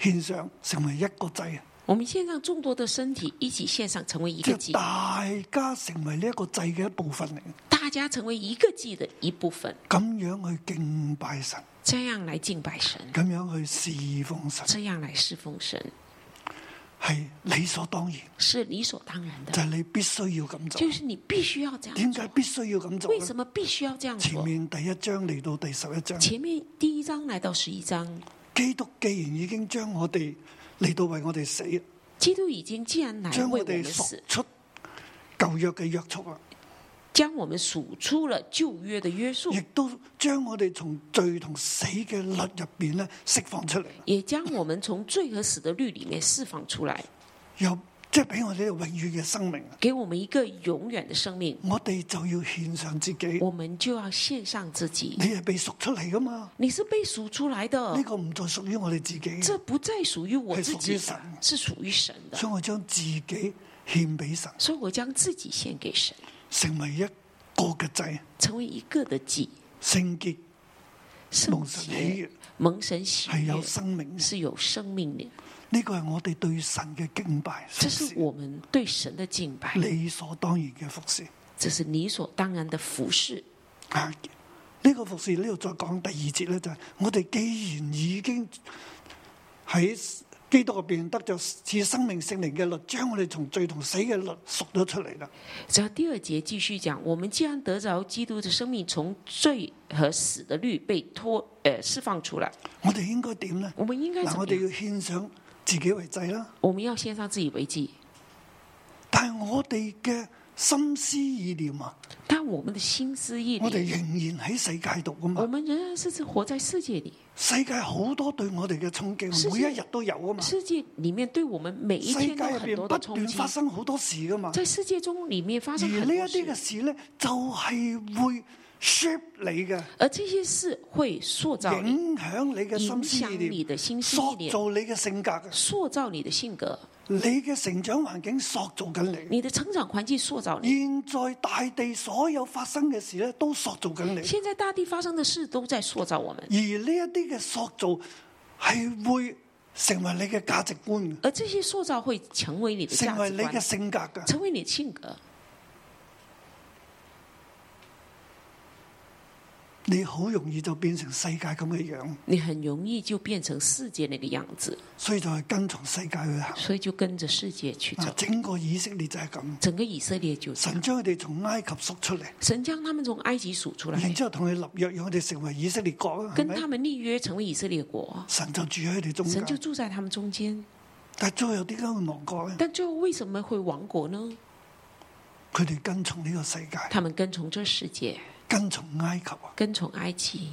S2: 獻上，成為一個祭。啊
S3: 我们献上众多的身体，一起献上，成为一
S2: 即係
S3: 个祭，
S2: 大家成為呢一個祭嘅一部分嚟，
S3: 大家成为一个祭的一部分，
S2: 咁樣去敬拜神，
S3: 这样来敬拜神，
S2: 咁樣去侍奉神，
S3: 这样来侍奉神，
S2: 係理所當然，
S3: 是理所当然
S2: 就
S3: 的。
S2: 係你必須要咁做
S3: 就。是你必须要这样
S2: 點
S3: 做
S2: 解。必須要咁
S3: 为
S2: 做
S3: 什
S2: 呢？
S3: 么必须要这样
S2: 前
S3: 做？
S2: 面第一章嚟到第十一章，
S3: 前面第一章来到十一章，
S2: 基督既然已經將我哋嚟到為我哋死，
S3: 基督已经既然来
S2: 將
S3: 为
S2: 我
S3: 我们
S2: 哋赎
S3: 死，
S2: 出舊約嘅約束啊啦，
S3: 将我们数出了旧约的约束
S2: 亦，都將我哋從罪同死嘅律入邊咧釋放出嚟，
S3: 也将我们从罪和死的律里面释放出来，
S2: 又即係俾我哋永遠嘅生命。啊
S3: 给我们一个永远的生命。
S2: 我哋就要獻上自己。
S3: 我们就要献上自己
S2: 你。係被贖出嚟噶嘛？
S3: 你是被赎出来
S2: 呢
S3: 的，
S2: 個唔再屬於我哋自己嘅，
S3: 这不再属于我
S2: 是
S3: 自
S2: 属于
S3: 己
S2: 神
S3: 的，是属于神的。
S2: 所以我將自己獻俾神，
S3: 所以我将自己献给神，
S2: 成為一個嘅祭，
S3: 成为一个的祭，
S2: 聖潔
S3: 圣
S2: 蒙神喜
S3: 洁
S2: 悦，
S3: 蒙神喜
S2: 係有
S3: 悦，
S2: 生命。
S3: 是有生命的。
S2: 呢個係我哋對神嘅敬拜，
S3: 这
S2: 服
S3: 是
S2: 侍
S3: 我们对神的敬拜，
S2: 理所當然嘅服侍。
S3: 这是理所当然的服饰。
S2: 啊，呢個服侍呢度再講第二節咧，就係我哋既然已經喺基督入邊得着似生命聖靈嘅律，將我哋從罪同死嘅律贖咗出嚟啦。
S3: 只要第二节继续讲，我们既然得着基督的生命，从罪和死的律被脱呃释放出来，
S2: 我哋應該點呢？
S3: 我们应该怎
S2: 嗱，
S3: 么
S2: 我哋
S3: 样？
S2: 要獻上自己為祭啦，
S3: 我们要献上自己为祭，
S2: 但係我哋嘅心思意念啊，
S3: 但我们的心思意
S2: 我哋
S3: 念，
S2: 仍然喺世界度噶
S3: 我
S2: 嘛，
S3: 们仍然是活在世界里，
S2: 世界好多對我哋嘅衝
S3: 世
S2: 擊，每
S3: 界
S2: 一日都有噶嘛，世
S3: 世界里面对我们每一
S2: 界入
S3: 天都有很
S2: 邊
S3: 多
S2: 不
S3: 的冲
S2: 斷
S3: 击
S2: 發，生好多事噶嘛，
S3: 在世界中里面发
S2: 而
S3: 生很
S2: 呢一
S3: 多
S2: 啲嘅
S3: 事，
S2: 事咧，就係會 shape 你嘅，
S3: 而这些事会塑造你、
S2: 影響你嘅
S3: 影
S2: 心思
S3: 响
S2: 意
S3: 你
S2: 念，
S3: 的心思
S2: 塑
S3: 意念，
S2: 造你嘅性格嘅，
S3: 塑造你的性格，
S2: 你嘅成長環境塑造緊你。
S3: 你的成长环境塑造你。
S2: 現在大地所有發生嘅事咧，都塑造緊你。
S3: 现在大地发生的事都在塑造我们
S2: 而，呢一啲嘅塑造係會成為你嘅價值觀
S3: 而这些塑造会成为你的
S2: 嘅，成
S3: 价
S2: 為
S3: 值
S2: 你嘅
S3: 观，
S2: 性格嘅。
S3: 成为你的性格。
S2: 你好容易就變成世界咁嘅樣，
S3: 你很容易就变成世界那个样子，
S2: 所以就係跟從世界去行。
S3: 所以就跟着世界去
S2: 嗱
S3: 走，。
S2: 整個以色列就係咁，
S3: 整个以色列就这
S2: 神
S3: 样，
S2: 將佢哋從埃及贖出嚟，
S3: 神将他们从埃及数出
S2: 然
S3: 来，
S2: 之後同佢立約，讓佢哋成為以色列國啊，係
S3: 跟
S2: 咪
S3: 他？们立约成为以色列国，
S2: 神就住喺佢哋中
S3: 神就
S2: 間，
S3: 住在他们中间。
S2: 但係最後點解會亡國咧？
S3: 但最后为什么会亡国呢？
S2: 佢哋跟從呢個世界，
S3: 他们跟从这世界，
S2: 跟從埃及啊，
S3: 跟从埃及，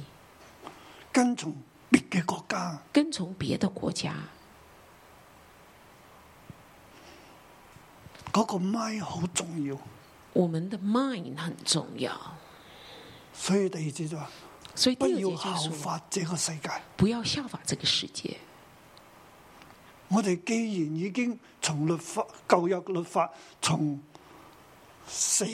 S2: 跟從別嘅國家。啊
S3: 跟从别的国家。
S2: 嗰、個 mind 好重要，
S3: 我们的 mind 很重要，
S2: 所以第二節就話
S3: 所以
S2: 不
S3: 第二节
S2: 要
S3: 就
S2: 效
S3: 说
S2: 法這個世界。
S3: 不要效法这个世界。
S2: 我哋既然已經從律法舊約律法從死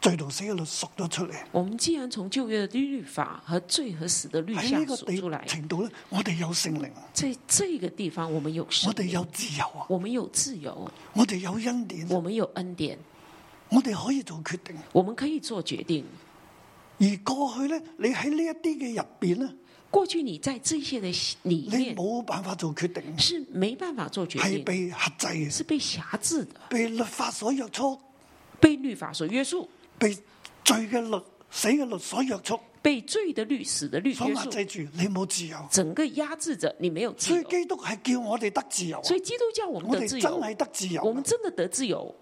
S2: 罪同死嘅律贖咗出嚟，
S3: 我们既然从旧约的律法和罪和死的律
S2: 喺
S3: 下
S2: 哎呢個
S3: 数出
S2: 地
S3: 来，
S2: 程度咧，我哋有聖靈，
S3: 在这个地方我们有神
S2: 我哋有自由啊，
S3: 我们有自由，
S2: 我哋有恩典，啊
S3: 我们有恩典，
S2: 我哋可以做決定。
S3: 我们可以做决定。
S2: 而過去咧，你喺呢一啲嘅入邊咧，
S3: 过去你在这些的里
S2: 你
S3: 面
S2: 冇辦法做決定，
S3: 是没办法做决
S2: 係
S3: 定，
S2: 被限制嘅，
S3: 是被辖制的，
S2: 被律法所約束，
S3: 被律法所约束，
S2: 被罪嘅律、死嘅律所約束。
S3: 被罪的律、死的律
S2: 所
S3: 约
S2: 壓
S3: 束，
S2: 制住，你冇自由。
S3: 整个压制着你没有自
S2: 所以
S3: 由。
S2: 基督係叫我哋得自由啊，
S3: 所以基督教我们
S2: 我
S3: 得
S2: 哋
S3: 自
S2: 真
S3: 由，
S2: 係得自
S3: 我
S2: 由啊
S3: 们。真的得自由。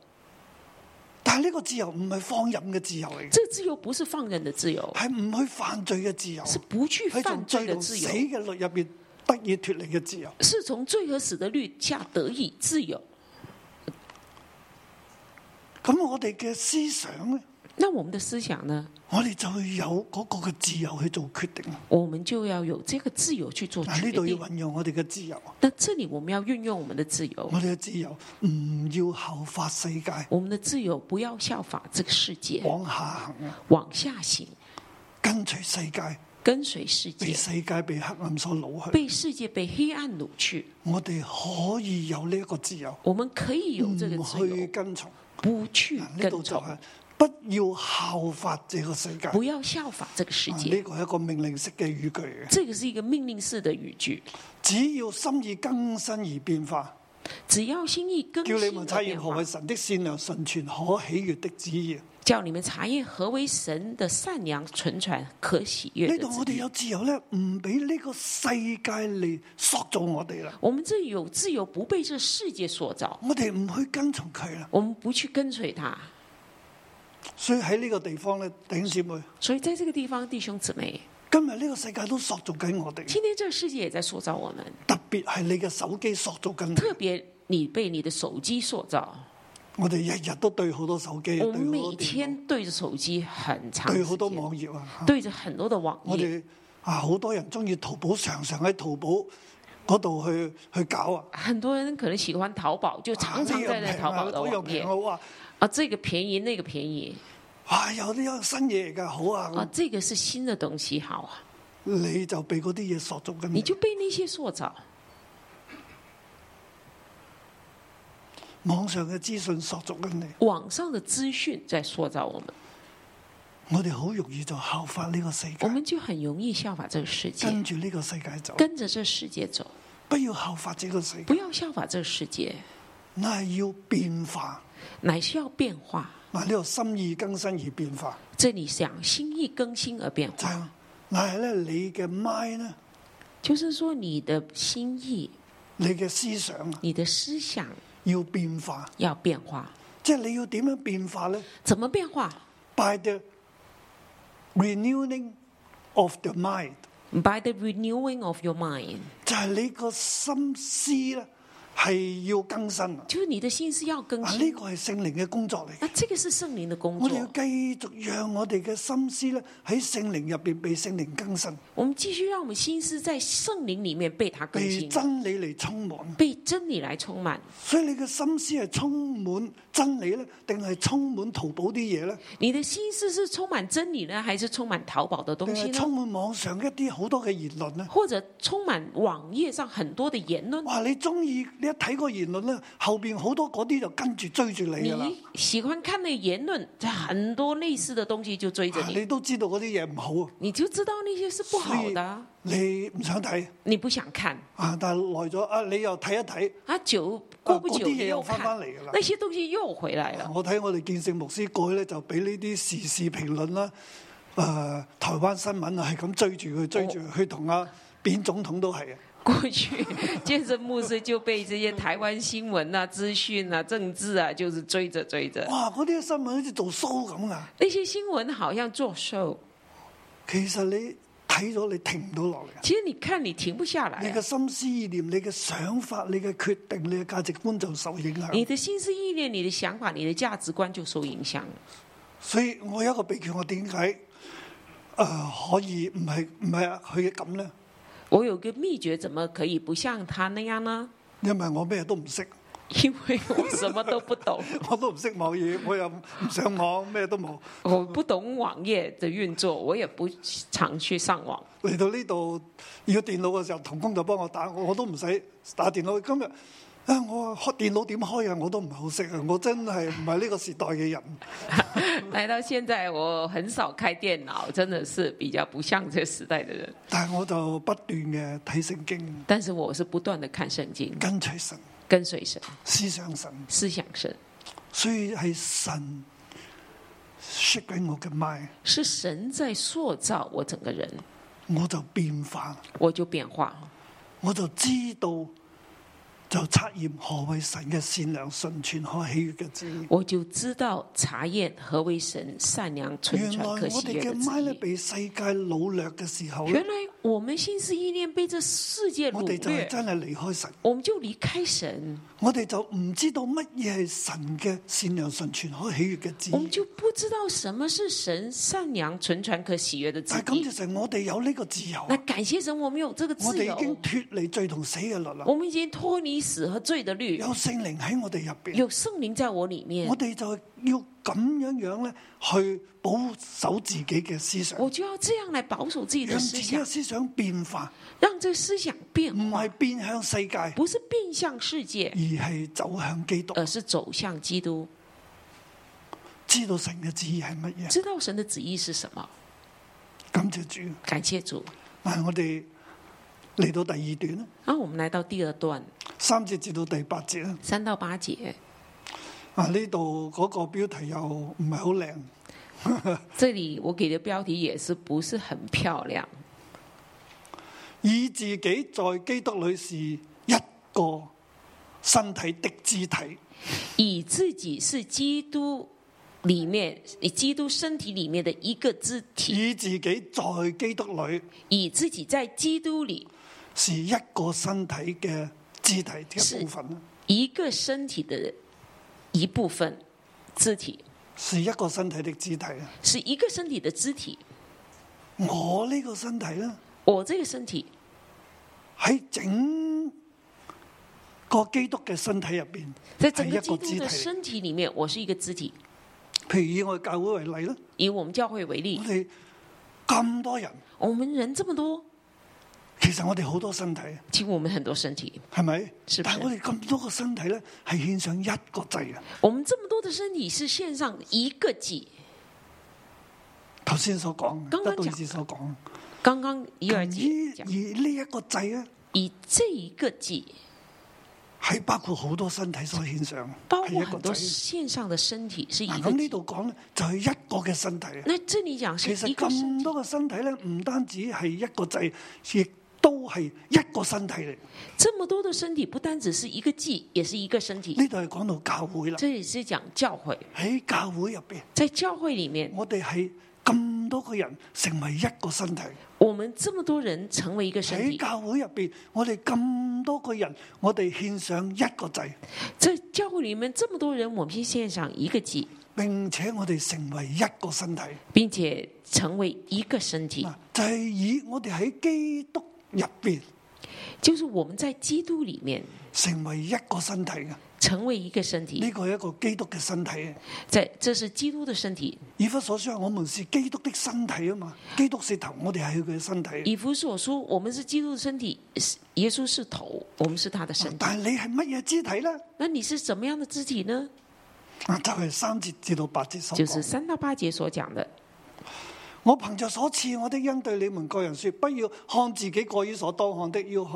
S2: 但係呢個自由唔係放任嘅自由嚟嘅，
S3: 这自由不是放任的自由，
S2: 係唔去犯罪嘅自由，
S3: 是不去
S2: 係
S3: 犯
S2: 從
S3: 罪
S2: 罪
S3: 的
S2: 同
S3: 自
S2: 死嘅
S3: 由，
S2: 律入邊得以脱離嘅自由。
S3: 是从罪和死的律下得以自由。
S2: 咁我哋嘅思想咧，
S3: 那我们的思想呢？
S2: 我哋就會有嗰個嘅自由去做決定。
S3: 我们就要有这个自由去做
S2: 嗱，
S3: 决
S2: 呢度要
S3: 定。
S2: 運用我哋嘅自由，
S3: 那这里我们要运用我们的自由
S2: 我，哋嘅自由唔要效法世界，
S3: 我们的自由不要效法这个世界，
S2: 往下行啊，
S3: 往下行，
S2: 跟隨世界，
S3: 跟随世
S2: 被
S3: 界，
S2: 世界被黑暗所擄去。
S3: 被世界、被黑暗掳去。
S2: 我哋可以有呢一個自由，
S3: 我们可以有
S2: 唔
S3: 这个自
S2: 去
S3: 由，
S2: 跟從。
S3: 不去
S2: 嗱呢
S3: 跟
S2: 度就
S3: 从，
S2: 係不要效法這個世界。
S3: 不要效法这个世
S2: 啊呢
S3: 界。
S2: 個係一個命令式嘅語句嘅，
S3: 这个是一个命令式的语句，
S2: 只要心意更新而變化，
S3: 只要心意更
S2: 叫你
S3: 新
S2: 們
S3: 的
S2: 察驗
S3: 变
S2: 何
S3: 化
S2: 為，神的善良、純全、可喜悦的旨意。
S3: 叫你们查验何为神的善良、纯全、可喜悦
S2: 呢
S3: 的
S2: 度我
S3: 旨
S2: 哋
S3: 意。
S2: 有自由咧，唔俾呢個世界嚟塑造我哋啦。
S3: 我们这有自由，不被这世界所造，
S2: 我哋唔去跟從佢啦，
S3: 我们不去跟随他。
S2: 所以喺呢個地方咧，弟兄姊妹，
S3: 所以在这个地方，弟兄姊妹，
S2: 今日呢個世界都塑造緊我哋，
S3: 今天这个世界也在塑造我们，
S2: 特別係你嘅手機塑造緊
S3: 特
S2: 你。
S3: 别你被你的手机塑造。
S2: 我哋日日都對好多手機，對
S3: 我
S2: 好
S3: 们每
S2: 多電
S3: 天对着手机很
S2: 腦
S3: 长
S2: 對
S3: 时
S2: 好多
S3: 间，
S2: 網頁啊。嚇
S3: 对着很多的网
S2: 我
S3: 页。
S2: 哋啊，好多人中意淘寶，常常喺淘寶嗰度去去搞啊。
S3: 很多人可能喜欢淘宝，就
S2: 啊
S3: 常常在那淘宝的
S2: 呢樣平啊嗰樣
S3: 网页
S2: 平啊，哇！
S3: 啊，这个便宜那个便宜
S2: 哇，有啲有新嘢㗎，好啊！
S3: 啊
S2: 咁，
S3: 这个是新的东西好啊，
S2: 你就被嗰啲嘢塑造緊。
S3: 你就被那些塑造，
S2: 網上嘅資訊塑造緊你，
S3: 网上的资讯在塑造我们，
S2: 我哋好容易就效法呢個世
S3: 我
S2: 界，
S3: 们就很容易效法这个世界
S2: 跟，住呢個世界走。
S3: 跟着这世界走，
S2: 不要效法呢個世
S3: 不
S2: 界，
S3: 要效法这世界，
S2: 那係要變化。
S3: 乃是要变化。
S2: 嗱，呢個心意更新而變化，
S3: 这里想心意更新而变
S2: 就
S3: 化，
S2: 係但係咧，你嘅 mind 咧，
S3: 就是说你的心意、
S2: 你嘅思想
S3: 你的思想
S2: 要變化，
S3: 要变化。
S2: 即係你要點樣變化咧？
S3: 怎么变化
S2: by the renewing of the mind，
S3: ？By the renewing of your mind，
S2: 就係你個心思咧係要更新啊！
S3: 就是你的心思要更
S2: 啊，呢
S3: 新。
S2: 個係聖靈嘅工作嚟嘅，
S3: 那这个是圣灵的工
S2: 我哋要
S3: 作，
S2: 繼續讓我哋嘅心思咧喺聖靈入邊被聖靈更新，
S3: 我们继续让我们心思在圣灵里面被它更
S2: 被
S3: 新，
S2: 真理嚟充滿。
S3: 被真理来充满。
S2: 所以你嘅心思係充滿真理咧，定係充滿淘寶啲嘢咧，
S3: 你的心思是充满真理呢，还是充满淘宝的
S2: 定
S3: 东西
S2: 係
S3: 呢
S2: 充？滿網上一啲好多嘅言論咧？
S3: 或者充满网页上很多的言论？
S2: 哇！你中意呢你一睇個言論咧，後邊好多嗰啲就跟住追住你噶啦。啊
S3: 你喜欢看那言论，很多类似的东西就追着
S2: 啊
S3: 你，
S2: 你都知道嗰啲嘢唔好啊，
S3: 你就知道那些是不好的啊，
S2: 你唔想睇
S3: 你不想看
S2: 啊，但係耐咗啊，你又睇一睇。
S3: 啊，久过不
S2: 嗰
S3: 久
S2: 啲嘢
S3: 你
S2: 又翻
S3: 看
S2: 返嚟㗎啦哦
S3: 那些东西又回来了。
S2: 我睇我哋見聖牧師過去咧，就俾呢啲時事評論啦，誒、台灣新聞啊，係咁追住佢，追住佢，佢同阿扁總統都係啊。
S3: 过去健身牧师就被这些台湾新闻啊、资讯啊、政治啊，就是追着追着。
S2: 哇！嗰啲新聞好似做 show 咁啊！
S3: 那些新闻好像作秀，
S2: 其實你睇咗你停唔到落嚟啊！
S3: 其实你看你停不下来
S2: 你
S3: 啊、
S2: 嘅心思意念、你嘅想法、你嘅決定、你嘅價值觀就受影
S3: 你
S2: 響。
S3: 的心思意念、你的想法、你的价值观就受影响了。
S2: 所以我有一個秘訣，我點解誒可以唔係唔係佢咁咧？
S3: 我有个秘诀，怎么可以不像他那样呢？
S2: 因為我咩都唔識，
S3: 因为我什么都不懂，
S2: 我都唔識網頁，我又唔上網，咩都冇。
S3: 我不懂网页的运作，我也不常去上网。
S2: 嚟到呢度要電腦嘅時候，童工就幫我打，我我都唔使打電腦。今日啊，我開電腦點開啊，我都唔係好識啊，我真係唔係呢個時代嘅人。
S3: 来到现在，我很少开电脑，真的是比较不像这时代的人。
S2: 但係我就不斷嘅睇聖經，
S3: 但是我是不断的看圣经，
S2: 跟隨神，
S3: 跟随神，
S2: 思想神，
S3: 思想神，
S2: 所以係神 shake 緊我嘅 mind，
S3: 是神在塑造我整个人，
S2: 我就變化，
S3: 我就变化，
S2: 我就知道。就測驗何為神嘅善良、純全、可喜悦嘅旨意。
S3: 我就知道查验何为神善良、纯
S2: 原來
S3: 全、
S2: 我
S3: 可喜
S2: 哋
S3: 悦
S2: 嘅
S3: 的
S2: mind 咧
S3: 旨意。
S2: 被世界掳掠嘅時候咧
S3: 原，来我们心思意念被这世界
S2: 我
S3: 掳
S2: 哋就係
S3: 掠，
S2: 真係離開神，
S3: 我们就离开神，
S2: 我哋就唔知道乜嘢係神嘅善良、純全、可喜悦嘅旨
S3: 我们
S2: 意。
S3: 就不知道什么是神善良、纯全、可喜悦的旨
S2: 但係感
S3: 意
S2: 謝。神，我哋有呢個自由，
S3: 那感谢神，我们有这个
S2: 我
S3: 自
S2: 哋
S3: 由
S2: 已，經脱離罪同死嘅律啦，
S3: 我们已经脱离死和罪的律
S2: 有，聖靈喺我哋入边，
S3: 有圣灵在我里面
S2: 我。哋就要咁樣樣咧去保守自己嘅思想，
S3: 我就要这样来保守自己的
S2: 讓自
S3: 思
S2: 己嘅
S3: 想，
S2: 思想變化，
S3: 让这思想变
S2: 唔
S3: 化
S2: 係，變向世界，而
S3: 不是变向世界，
S2: 係走向基督，
S3: 而是走向基督，
S2: 知道神嘅旨意係乜嘢。
S3: 知道神的旨意是什么。
S2: 感謝主。
S3: 感谢主。
S2: 嗱，我哋嚟到第二段啦，
S3: 然后啊我们来到第二段
S2: 三節至到第八節啦。
S3: 三到八节，
S2: 啊！呢度嗰個標題又唔係好靚，
S3: 这里我给的标题也是不是很漂亮，
S2: 以自己在基督裏是一個身體的肢體。
S3: 以自己是基督里面，以基督身体里面的一个肢体，
S2: 以自己在基督裏
S3: 以自己在基督里
S2: 是一個身體嘅肢體嘅
S3: 是
S2: 部分啦，啊
S3: 一个身体的一部分，肢体
S2: 是一個身體的肢體啊！
S3: 是一个身体的肢体。
S2: 我呢個身體咧，
S3: 我这个身体
S2: 喺整個基督嘅身體入邊，
S3: 在整
S2: 係一
S3: 个
S2: 個
S3: 基
S2: 肢
S3: 督的
S2: 體。
S3: 身体里面，我是一个肢体。
S2: 譬如以我教會為例啦，
S3: 以我们教会为例
S2: 我，哋咁多人，
S3: 我们人这么多，
S2: 其實我哋好多身體。啊
S3: 其实我们很多身体，
S2: 係咪？
S3: 是不
S2: 但
S3: 是
S2: 係我哋咁多個身體咧，係獻上一個祭啊嘅。
S3: 我们这么多的身体是献上一个祭。
S2: 頭先所講，
S3: 剛剛
S2: 得到
S3: 講
S2: 以致所講，
S3: 刚刚一二节
S2: 而
S3: 讲，
S2: 呢嗯一個祭咧，
S3: 以这一个祭
S2: 係包括好多身體所獻上，
S3: 包
S2: 係
S3: 括
S2: 一
S3: 很
S2: 個
S3: 多
S2: 祭。
S3: 线上的身体是一
S2: 嗱，
S3: 个
S2: 啊咁呢
S3: 祭。
S2: 度講咧，就係一個嘅身體。
S3: 那这里讲是
S2: 其實
S3: 一个身
S2: 咁
S3: 体，
S2: 多個身體咧，唔單止係一個祭，亦都係一個身體嚟。
S3: 这么多的身体不单只是一个祭，也是一个身体。
S2: 呢度係講到教會啦，
S3: 这里是讲教会，
S2: 喺教會入邊，
S3: 在教会里面，
S2: 我哋係咁多個人成為一個身體。
S3: 我们这么多人成为一个身
S2: 喺
S3: 体，
S2: 教會入邊，我哋咁多個人，我哋獻上一個祭。
S3: 在教会里面这么多人，我们先献上一个祭，
S2: 並且我哋成為一個身體，
S3: 并且成为一个身体
S2: 嗱，就係以我哋喺基督入邊
S3: 就是我们在基督里面
S2: 成為一個身體嘅，
S3: 成为一个身体
S2: 呢，個係一個基督嘅身體。
S3: 在这是基督的身体。
S2: 以弗所書話我們是基督的身體啊嘛，基督是頭，我哋係佢嘅身體。
S3: 以弗所书，我们是基督的身体，是耶稣是头，我们是他的身体。
S2: 但係你係乜嘢肢體呢？
S3: 那你是怎么样的肢体呢？
S2: 啊，就係三節至到八節所
S3: 就是
S2: 講。
S3: 三到八节所讲的。
S2: 我憑着所賜我的恩對你們各人說，不要看自己過於所當看的，要看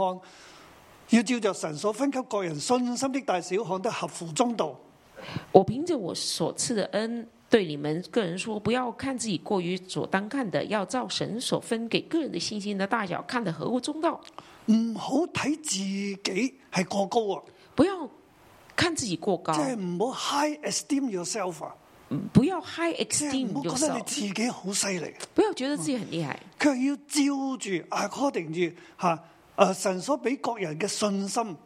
S2: 要照着神所分給各人信心的大小，看得合乎中道。
S3: 我凭着我所赐的恩，对你们个人说：不要看自己过于所当看的，要照神所分给个人的信心的大小，看得合乎中道。
S2: 唔好睇自己係過高啊，
S3: 不要看自己过高
S2: 即，係唔好 high esteem yourself 啊，
S3: 嗯不要 high
S2: 即係
S3: esteem
S2: 唔好覺得你
S3: yourself，
S2: 自己好犀利，
S3: 不要觉得自己很厉害，
S2: 佢係要照住 according 住吓。誒神所俾各人嘅信心，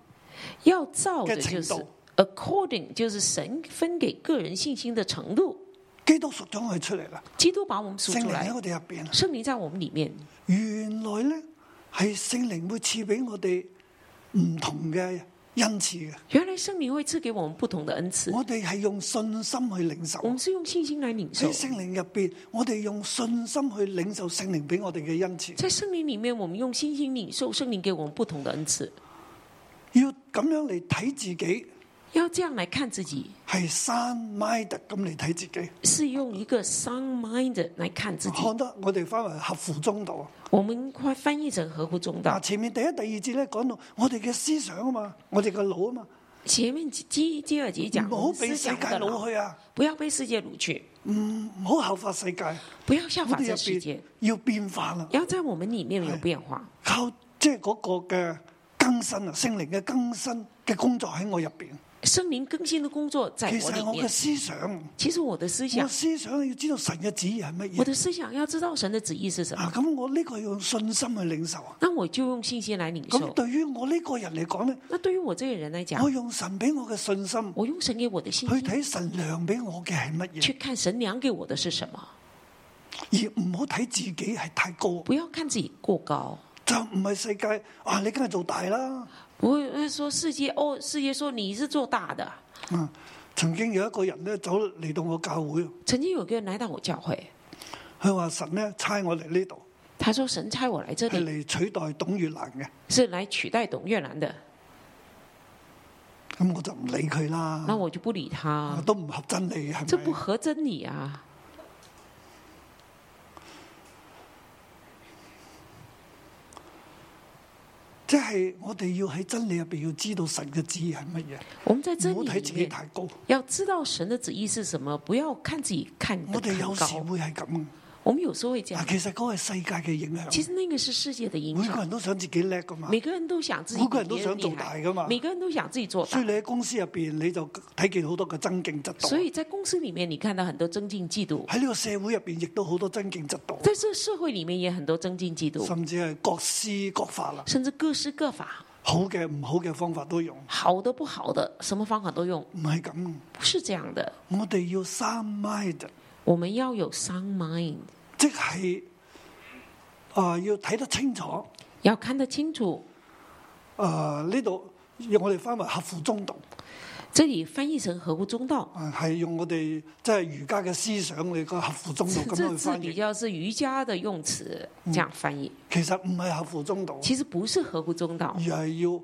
S3: 要照着
S2: 嘅
S3: 就
S2: 程
S3: 是
S2: 度
S3: according，就是神分给个人信心的程度。
S2: 基督贖咗我哋出嚟啦，
S3: 基督把我们赎
S2: 聖
S3: 出
S2: 靈
S3: 来
S2: 喺，我哋入邊啦。
S3: 圣灵在我们里面，
S2: 原來咧係聖靈會賜俾我哋唔同嘅恩賜嘅，
S3: 原来圣灵会赐给我们不同的恩赐。
S2: 我哋係用信心去領受
S3: 我。们是用信心来领受
S2: 喺，聖靈入邊，我哋用信心去領受聖靈俾我哋嘅恩賜。
S3: 在圣灵里面，我们用信心领受圣灵给我们不同的恩赐。
S2: 要咁樣嚟睇自己，
S3: 要这样来看自己，
S2: 係 sound minded 咁嚟睇自己，
S3: 是用一个 sound mind 来看自己。
S2: 看得我哋翻為合乎中道。啊
S3: 我们快翻译成合乎中
S2: 嗱，
S3: 道。
S2: 前面第一、第二節咧講到我哋嘅思想啊嘛，我哋嘅腦啊嘛，
S3: 前面第第第二节讲，
S2: 唔
S3: 我
S2: 好
S3: 们
S2: 俾
S3: 思
S2: 世界
S3: 想的老
S2: 腦去啊，
S3: 不要被世界掳去，
S2: 唔好效法世界。
S3: 不要效
S2: 我
S3: 法
S2: 哋
S3: 这
S2: 入
S3: 世
S2: 邊
S3: 界，
S2: 要變化啦。
S3: 要在我们里面有变化。
S2: 靠即係嗰個嘅更新啊，聖靈嘅更新嘅工作喺我入边。
S3: 圣灵更新的工作在
S2: 其
S3: 我
S2: 實
S3: 里
S2: 係我嘅
S3: 面。
S2: 思想，
S3: 其实我的思
S2: 我
S3: 想，
S2: 思想要知道神嘅旨意係乜
S3: 我
S2: 嘢。
S3: 的思想要知道神的旨意是什么，
S2: 啊，咁我呢個要用信心去領受啊。
S3: 那我就用信心来领
S2: 咁
S3: 受。
S2: 對於我呢個人嚟講咧，
S3: 那对于我这个人来讲
S2: 我，用神俾我嘅信心
S3: 我用神给我的
S2: 去
S3: 信心，
S2: 睇神量俾我嘅係乜
S3: 去看神量给我的是什么，
S2: 嘢，而唔好睇自己係太高。
S3: 不要看自己过高。
S2: 就唔係世界啊，你梗係做大啦。
S3: 不会说世界哦，世界说你是做大的。
S2: 啊，曾經有一個人咧走嚟到我教會，
S3: 曾经有个人来到我教会，
S2: 佢話神咧差我嚟呢度
S3: 他说神差我来这
S2: 係
S3: 里
S2: 嚟取代董月蘭嘅。
S3: 是来取代董越南的，
S2: 啊咁我就唔理佢
S3: 那
S2: 啦，
S3: 我就不理
S2: 啊
S3: 他，
S2: 都唔合真理
S3: 这
S2: 係
S3: 不
S2: 咪？
S3: 合真理啊！
S2: 即係我哋要喺真理入边要知道神嘅旨意係乜
S3: 我们在
S2: 嘢，
S3: 真
S2: 唔好
S3: 理
S2: 睇自
S3: 里
S2: 己
S3: 面
S2: 太高。
S3: 要知道神的旨意是什么，不要看自己看得
S2: 我哋
S3: 太
S2: 有時
S3: 高。
S2: 會係咁，
S3: 我们有时候会这样
S2: 嗱，，其實嗰個係世界嘅影
S3: 其
S2: 響，
S3: 实那个是世界的影
S2: 每個
S3: 响。
S2: 人都想自己叻噶嘛。
S3: 每个人都想自己
S2: 每個人都
S3: 比别人
S2: 想做
S3: 厉害
S2: 大噶嘛
S3: 每个人都想自己做
S2: 所以
S3: 大。
S2: 你喺公司入边，你就睇見好多嘅爭競嫉
S3: 所
S2: 妒。
S3: 以在公司里面，你看到很多增进嫉妒，
S2: 喺呢個社會入边，亦都好多爭競嫉妒，
S3: 在这社会里面也很多增进嫉妒，
S2: 甚至係各施各法啦，
S3: 甚至各施各法。
S2: 好嘅唔好嘅方法都用，
S3: 好的、不好的，什么方法都用，
S2: 唔係咁。
S3: 不是这样的。
S2: 我哋要三 mind，
S3: 我们要有 sound mind，
S2: 即係啊、要睇得清楚。
S3: 要看得清楚。
S2: 誒呢度用我哋翻為合乎中道，
S3: 这里翻译成合乎中道，
S2: 啊係用我哋即係儒家嘅思想嚟個合乎中道咁樣
S3: 这
S2: 去
S3: 字
S2: 翻嗯
S3: 比
S2: 譯，
S3: 较是瑜伽的用词，这样翻译
S2: 其實唔係合乎中道，
S3: 其实不是合乎中道
S2: 而，係要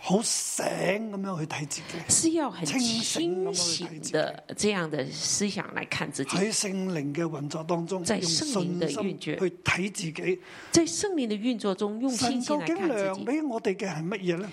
S2: 好醒咁樣去睇自己，
S3: 是要很
S2: 清醒
S3: 清
S2: 地
S3: 醒的这样的思想来看自己，
S2: 喺聖靈嘅運作當中，
S3: 在
S2: 用信
S3: 聖靈
S2: 心
S3: 的運
S2: 去
S3: 轉
S2: 睇自己，
S3: 在圣灵的运作中用
S2: 神
S3: 信心
S2: 究
S3: 来
S2: 竟
S3: 看自
S2: 量
S3: 己。
S2: 俾我哋嘅係乜嘢咧？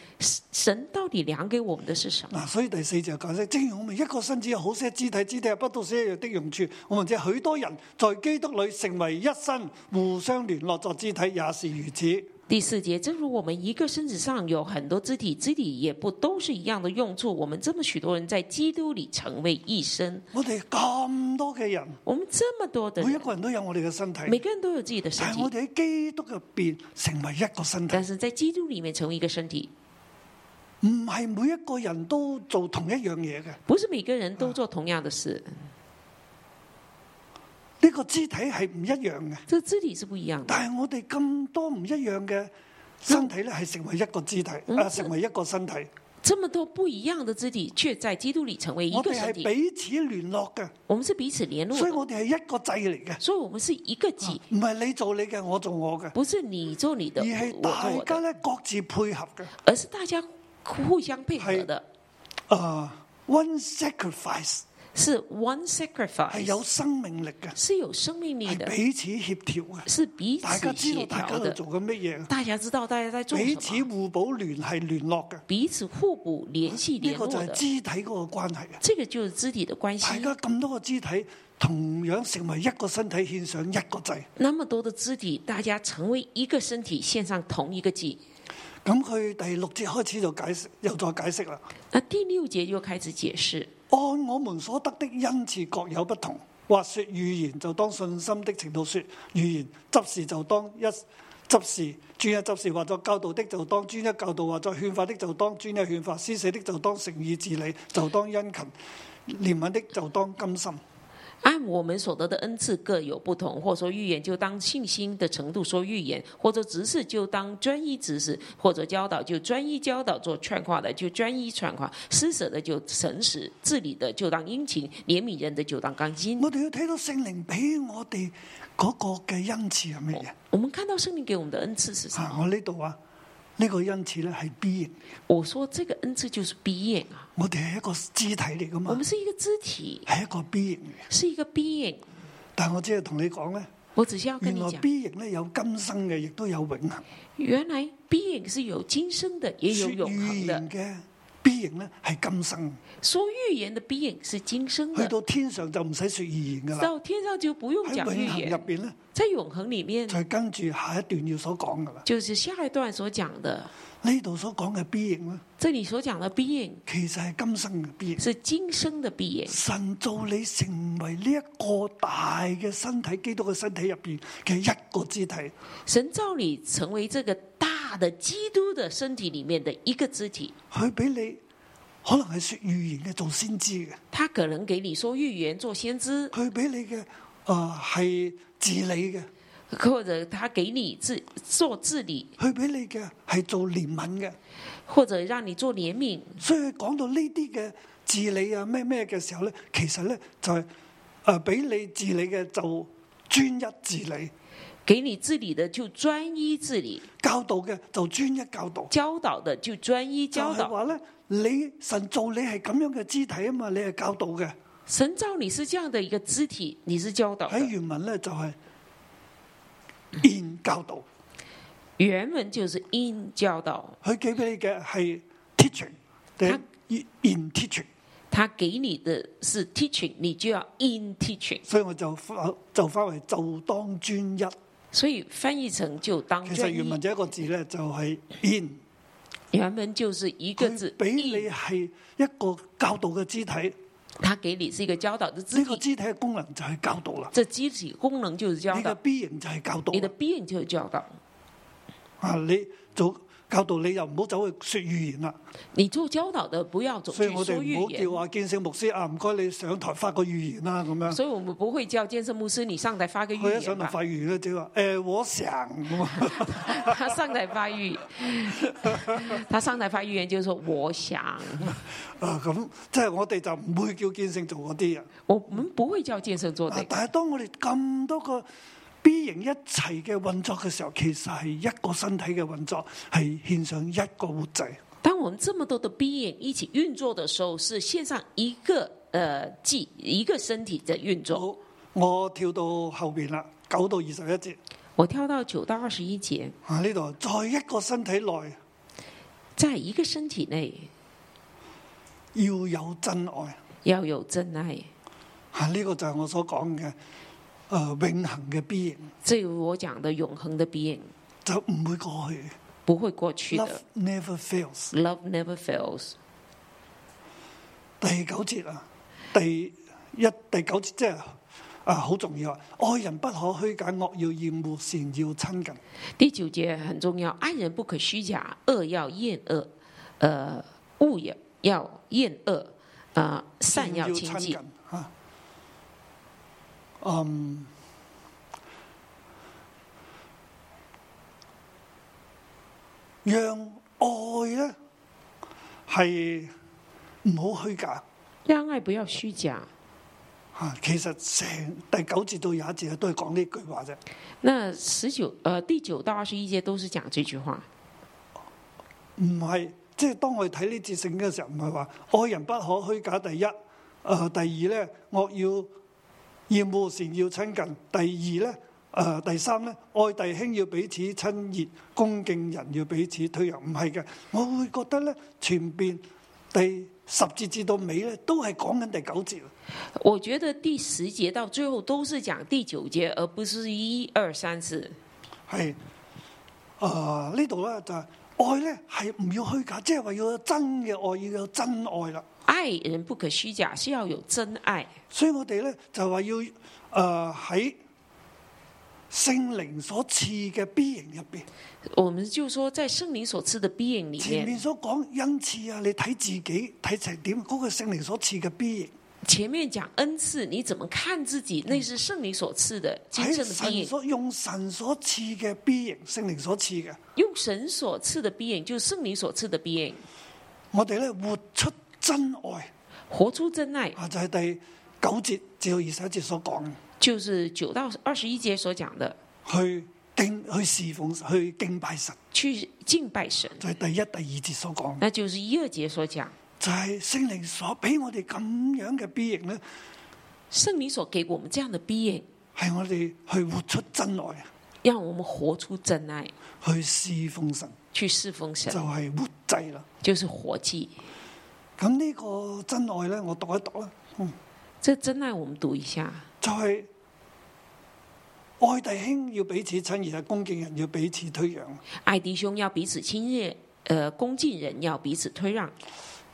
S3: 神到底量给我们的是什么？
S2: 嗱，所以第四就解釋，正如我們一個身子有好些肢體，肢體有不到些樣的用處。我們這許多人在基督裏成為一身，互相聯絡作肢體，也是如此。
S3: 第四节，正如我们一个身子上有很多肢体，肢体也不都是一样的用处。我们这么许多人在基督里成为一身，
S2: 我哋咁多嘅人，
S3: 我们这么多的
S2: 每一
S3: 人，
S2: 個人都有我哋嘅身
S3: 每
S2: 體，
S3: 个人都有自己的身
S2: 但係哎我
S3: 体，
S2: 哋喺基督入邊成為一個身體
S3: 但，是在基督里面成为一个身体，
S2: 唔係每一個人都做同一樣嘢嘅。
S3: 不是每个人都做同样的事，
S2: 哎呢、個肢體係唔一樣嘅，哎
S3: 这肢体是不一样的。
S2: 但係我哋咁多唔一樣嘅身體咧係成為一個肢體，
S3: 嗯
S2: 啊，成為一個身體。
S3: 这么多不一样的肢体，却在嗯基督里成为一
S2: 我
S3: 个
S2: 哋
S3: 身
S2: 係
S3: 体。嗯
S2: 彼此聯絡嘅，
S3: 我们是彼此联络
S2: 所以
S3: 的，
S2: 我哋啊係一個制嚟嘅，
S3: 所以我们是一个体，
S2: 唔係你做你嘅，我做我嘅，
S3: 不是你嗯做你的，
S2: 而
S3: 我
S2: 係
S3: 做
S2: 大
S3: 我
S2: 家
S3: 的，
S2: 咧各自配合嘅。
S3: 而是大家互相配合
S2: 是
S3: 的，
S2: 啊，one sacrifice
S3: 是 one
S2: 係有
S3: sacrifice，
S2: 生命力嘅，
S3: 是有生命力
S2: 係
S3: 的，
S2: 彼此協調嘅。
S3: 是彼
S2: 大家
S3: 此
S2: 知道
S3: 协
S2: 大家
S3: 调
S2: 喺度
S3: 的。
S2: 做緊乜
S3: 大家知道大家在
S2: 嘢，
S3: 做
S2: 彼
S3: 什
S2: 此
S3: 么，
S2: 互補聯繫聯絡嘅，
S3: 彼此互补、联系、
S2: 呢
S3: 联
S2: 個
S3: 络
S2: 就係
S3: 的
S2: 肢，體嗰個關係啊！
S3: 这个就是肢体的关系。
S2: 大家咁多個肢體同樣成為一個身體，獻上一個祭。
S3: 那么多的肢体，大家成为一个身体，献上同一个祭。
S2: 咁佢第六節開始就解釋，又再解釋啦。
S3: 那第六节就开始解释，
S2: 按我們所得的恩賜各有不同，或說預言就當信心的程度說預言，執事就當一執事，專一執事；或作教導的就當專一教導；或作勸法的就當專一勸法；施捨的就當誠意治理，就當殷勤；憐憫的就當甘心。
S3: 按我们所得的恩赐各有不同，或说预言就当信心的程度说预言，或者执事就当专一执事，或者教导就专一教导，做劝化的就专一劝化，施舍的就诚实，治理的就当殷勤，怜悯人的就当刚心。
S2: 我哋要睇到聖靈俾我哋嗰個嘅恩賜係乜嘢？
S3: 我们看到圣灵给我们的恩赐是什么？
S2: 啊，我呢度啊，呢、個恩賜咧係 B 型，
S3: 我说这个恩赐就是逼眼啊，
S2: 我哋係一個肢體嚟噶
S3: 我
S2: 嘛
S3: 们，是一个肢体，
S2: 係一個 B 型嘅。
S3: 是一个逼眼。
S2: 但我只係同你講咧。
S3: 我只是要跟
S2: 原
S3: 你
S2: 來
S3: 讲，
S2: B 型咧有今生嘅，亦都有永恒。
S3: 原来逼眼是有今生的，也有
S2: 說
S3: 永
S2: 預
S3: 恒的
S2: 言。嘅 B 型咧係今生，
S3: 说预言的逼眼是今生
S2: 去
S3: 的，
S2: 到天上就唔使說預言噶啦。
S3: 到天上就不用
S2: 喺
S3: 讲预
S2: 永恒入
S3: 言，
S2: 邊咧，
S3: 在永恒里面
S2: 就係跟住下一段要所講噶啦。
S3: 就是下一段所讲的。
S2: 呢度所講嘅 B 型咧，
S3: 这里所讲的逼眼
S2: 其實係今生嘅 B 型。
S3: 是今生的逼眼，
S2: 神造你成為呢一個大嘅身體，基督嘅身體入邊嘅一個肢體。
S3: 神造你成为这个大的基督的身体里面的一个肢体。
S2: 佢俾你可能係說預言嘅做先知嘅，
S3: 他可能给你说预言做先知，
S2: 佢俾你嘅啊係治理嘅。
S3: 或者他给你治做治理，
S2: 佢俾你嘅係做憐憫嘅，
S3: 或者让你做怜悯。
S2: 所以講到呢啲嘅治理啊咩咩嘅時候咧，其實咧就係誒俾你治理嘅就專一治理，
S3: 给你治理的就专一治理，
S2: 教導嘅就專一教導。
S3: 教导的就专一
S2: 就
S3: 教
S2: 係
S3: 导。
S2: 話咧，你神做你係咁樣嘅肢體啊嘛，你係教導嘅。
S3: 神造你是这样的一个肢体，你是教导
S2: 喺
S3: 的。
S2: 原文咧就係 in 教導，
S3: 原文就是 in 教导，
S2: 佢寄俾你嘅係 teaching 定係 in teaching，
S3: 他给你的是 teaching，你就要 in teaching。
S2: 所以我就翻就翻為就當專一。
S3: 所以翻译成就当
S2: 其實
S3: 专
S2: 原文
S3: 一。
S2: 就一個字咧，就係 in。
S3: 原文就是一个字
S2: 佢俾你
S3: in，
S2: 係一個教導嘅肢體，
S3: 他给你是一个教导的肢
S2: 呢個
S3: 体，
S2: 肢體嘅功能就係教導啦。
S3: 这肢体功能就是教
S2: 你嘅
S3: 导，
S2: B 型就係教導
S3: 你的
S2: 啦。
S3: being 就是教导。
S2: 啊，你做教導你又唔好走去説預言啦。
S3: 你做教导的，不要总
S2: 所以
S3: 去
S2: 我哋
S3: 说预
S2: 唔好
S3: 言
S2: 叫。阿建聖牧師啊，唔該你上台發個預言啦咁樣。
S3: 所以我们不会叫健身牧师你上台发个预
S2: 佢一上
S3: 嗯言啊
S2: 台
S3: 吧？
S2: 發預言咧，就話誒我想咁啊
S3: 他上台发 预，他上台发预言就是说，我想，
S2: 啊咁，即係我哋就唔會叫建聖做嗰啲啊人。
S3: 我們不会叫健身做这
S2: 啊
S3: 个。
S2: 但係當我哋咁多個 B 型一齊嘅運作嘅時候，其實係一個身體嘅運作，係獻上一個活祭。
S3: 当我们这么多的 B 眼一起运作的时候，是线上一个呃记一个身体的运作。
S2: 好，我跳到後边啦，九到二十一節
S3: 我跳到九到二十一节，
S2: 啊，呢度在一個身體內
S3: 在一个身体内
S2: 要有真愛
S3: 要有真爱，
S2: 啊，呢、個就係我所講嘅诶永恒嘅 B 型，
S3: 这有我讲的永恒的 B 眼
S2: 就唔會過去嘅。
S3: 不会过去
S2: Love
S3: 的。
S2: never fails。
S3: Love never fails。
S2: 第九節啊，第一第九節即係啊好重要啊，愛人不可虛假，惡要厭惡，善要親近。
S3: 第九节很重要，爱人不可虚假，恶要厌恶，呃，恶也要厌恶，呃，善要亲
S2: 親
S3: 近
S2: 近。啊。嗯，讓愛咧係唔好虛假
S3: 让爱不要虚假。
S2: 啊！其實成第九節到廿一節啊都係講呢句話啫。
S3: 那十九呃第九到二十一节都是讲这句话，
S2: 唔係，即係當我哋睇呢節聖經嘅時候，唔係話愛人不可虛假。第一，誒、第二咧，惡要厭惡善要親近。第二咧，誒、呃第三咧，愛弟兄要彼此親熱，恭敬人要彼此推讓。唔係嘅，我會覺得咧，前邊第十節至到尾咧，都係講緊第九節。
S3: 我觉得第十节到最后都是讲第九节，而不是一二三四。
S2: 係誒呢度咧就係、愛咧係唔要虛假，即係話要有真嘅愛，要有真愛啦。
S3: 爱人不可虚假，是要有真爱。
S2: 所以我哋咧就話要诶喺聖靈所賜嘅 B 型入边，
S3: 我们就说在圣灵所赐的庇应里
S2: 前面
S3: 面，
S2: 所講恩賜啊，你睇自己睇成點，嗰、個个聖靈所賜嘅 B 型
S3: 前面讲恩赐，你怎么看自己？那是圣灵所赐的今
S2: 喺
S3: 生
S2: 嗯
S3: 的庇
S2: 神
S3: 应，
S2: 所用神所賜嘅 B 型，聖靈所賜嘅，
S3: 用神所赐的庇应，就是圣灵所赐的庇应，
S2: 我哋咧活出真愛
S3: 活出真爱，
S2: 啊，就係第九節至到二十一節所講，
S3: 就是九到二十一节所讲的，
S2: 去敬去侍奉去敬拜神，
S3: 去敬拜神，
S2: 就係第一、第二節所講。
S3: 那就是一二节所讲。
S2: 就係聖靈所俾我哋咁樣嘅 B 型咧，
S3: 圣灵所给我们这样的逼应，
S2: 係我哋去活出真愛，
S3: 让我们活出真爱，
S2: 去侍奉神，
S3: 去侍奉
S2: 就
S3: 神，
S2: 係活祭啦。
S3: 就是活祭。
S2: 咁呢個真愛咧，我讀一讀啦，嗯，
S3: 这真爱，我们读一下，
S2: 就係愛弟兄要彼此親熱，恭敬人要彼此推讓。
S3: 爱弟兄要彼此亲热，呃，恭敬人要彼此推让。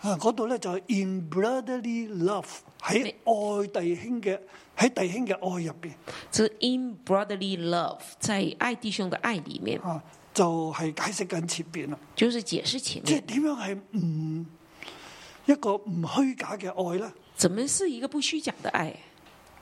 S2: 啊，嗰度咧就係 in brotherly love 喺愛弟兄嘅喺弟兄嘅愛入邊
S3: 这 in brotherly love，在爱弟兄的爱里面，
S2: 啊，就係、解釋緊前邊啦，
S3: 就是解释前
S2: 即係
S3: 面
S2: 點樣係唔一個唔虛假嘅愛咧，
S3: 怎么是一个不虚假的爱，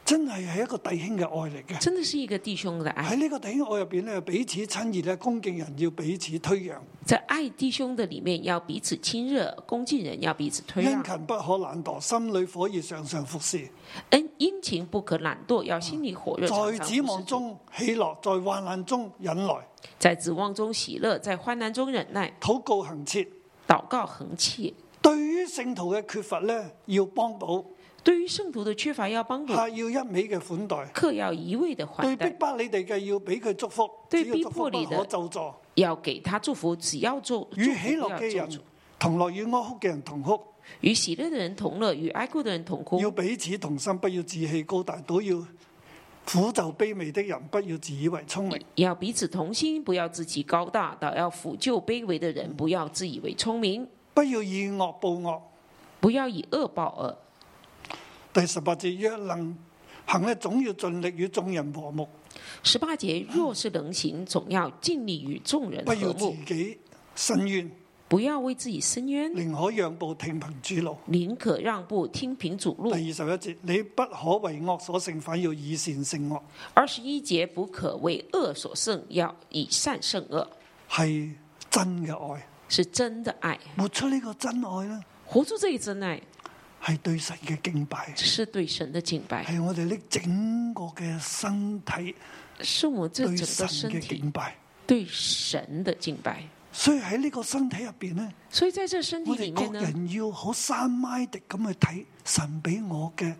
S2: 真係係一個弟兄嘅愛嚟嘅。
S3: 真的是一个弟兄的
S2: 喺
S3: 爱。
S2: 呢個弟兄愛入邊咧，彼此親熱咧，恭敬人要彼此推讓，
S3: 在爱弟兄的里面，要彼此亲热，恭敬人要彼此推让
S2: 殷，勤不可懶惰，心裏火熱，常常服侍，
S3: 恩殷勤不可懒惰，要心里火热。常
S2: 在
S3: 常
S2: 指
S3: 服
S2: 望
S3: 侍主
S2: 中喜樂，在患難中忍耐，
S3: 在指望中喜乐，在患难中忍耐，
S2: 禱告行切。
S3: 祷告恒切。
S2: 對於聖徒嘅缺乏咧，要幫補，
S3: 对于圣徒的缺乏要帮助，
S2: 客要一味嘅款待；
S3: 客要一味
S2: 對
S3: 的嗯款
S2: 逼
S3: 待，
S2: 迫你哋嘅要俾佢祝福，只
S3: 對
S2: 要祝福
S3: 逼迫
S2: 不
S3: 你的
S2: 可咒詛。
S3: 要给他祝福，只要做祝
S2: 與喜
S3: 福
S2: 樂
S3: 不要
S2: 嘅
S3: 做主
S2: 人。同樂，與哀哭嘅人同哭，
S3: 与喜乐的人同乐，与哀哭的人同哭。
S2: 要彼此同心，不要自氣高大，倒要苦就卑微的人，不要自以為聰明。
S3: 要彼此同心，不要自己高大；倒要抚救卑微的人，不要自以为聪明，
S2: 不要以惡報惡。
S3: 不要以恶报恶。
S2: 第十八節，若能行咧，總要盡力與眾人和睦，
S3: 十八节，若是能行，总要尽力与众人
S2: 不要
S3: 和
S2: 自
S3: 睦，
S2: 己伸冤，
S3: 不要为自己伸冤，
S2: 寧可讓步，聽憑主路。
S3: 宁可让步，听凭主
S2: 第
S3: 路
S2: 二。十一節，你不可為惡所勝，反要以善勝惡，
S3: 二十一节，不可为恶所胜，要以善胜恶，
S2: 係真嘅愛。
S3: 是真的爱。
S2: 活出呢個真愛咧，
S3: 活出这一真爱，
S2: 係對神嘅敬拜，
S3: 是对神的敬拜，
S2: 係我哋呢整個嘅身體
S3: 是我们这
S2: 對
S3: 整
S2: 神
S3: 个身
S2: 嘅
S3: 体
S2: 敬拜。
S3: 对神的敬拜。
S2: 所以喺呢個身體入边咧，
S3: 所以在这身体
S2: 我
S3: 里
S2: 哋
S3: 面
S2: 各
S3: 呢，
S2: 人要好三米迪咁去睇神俾我嘅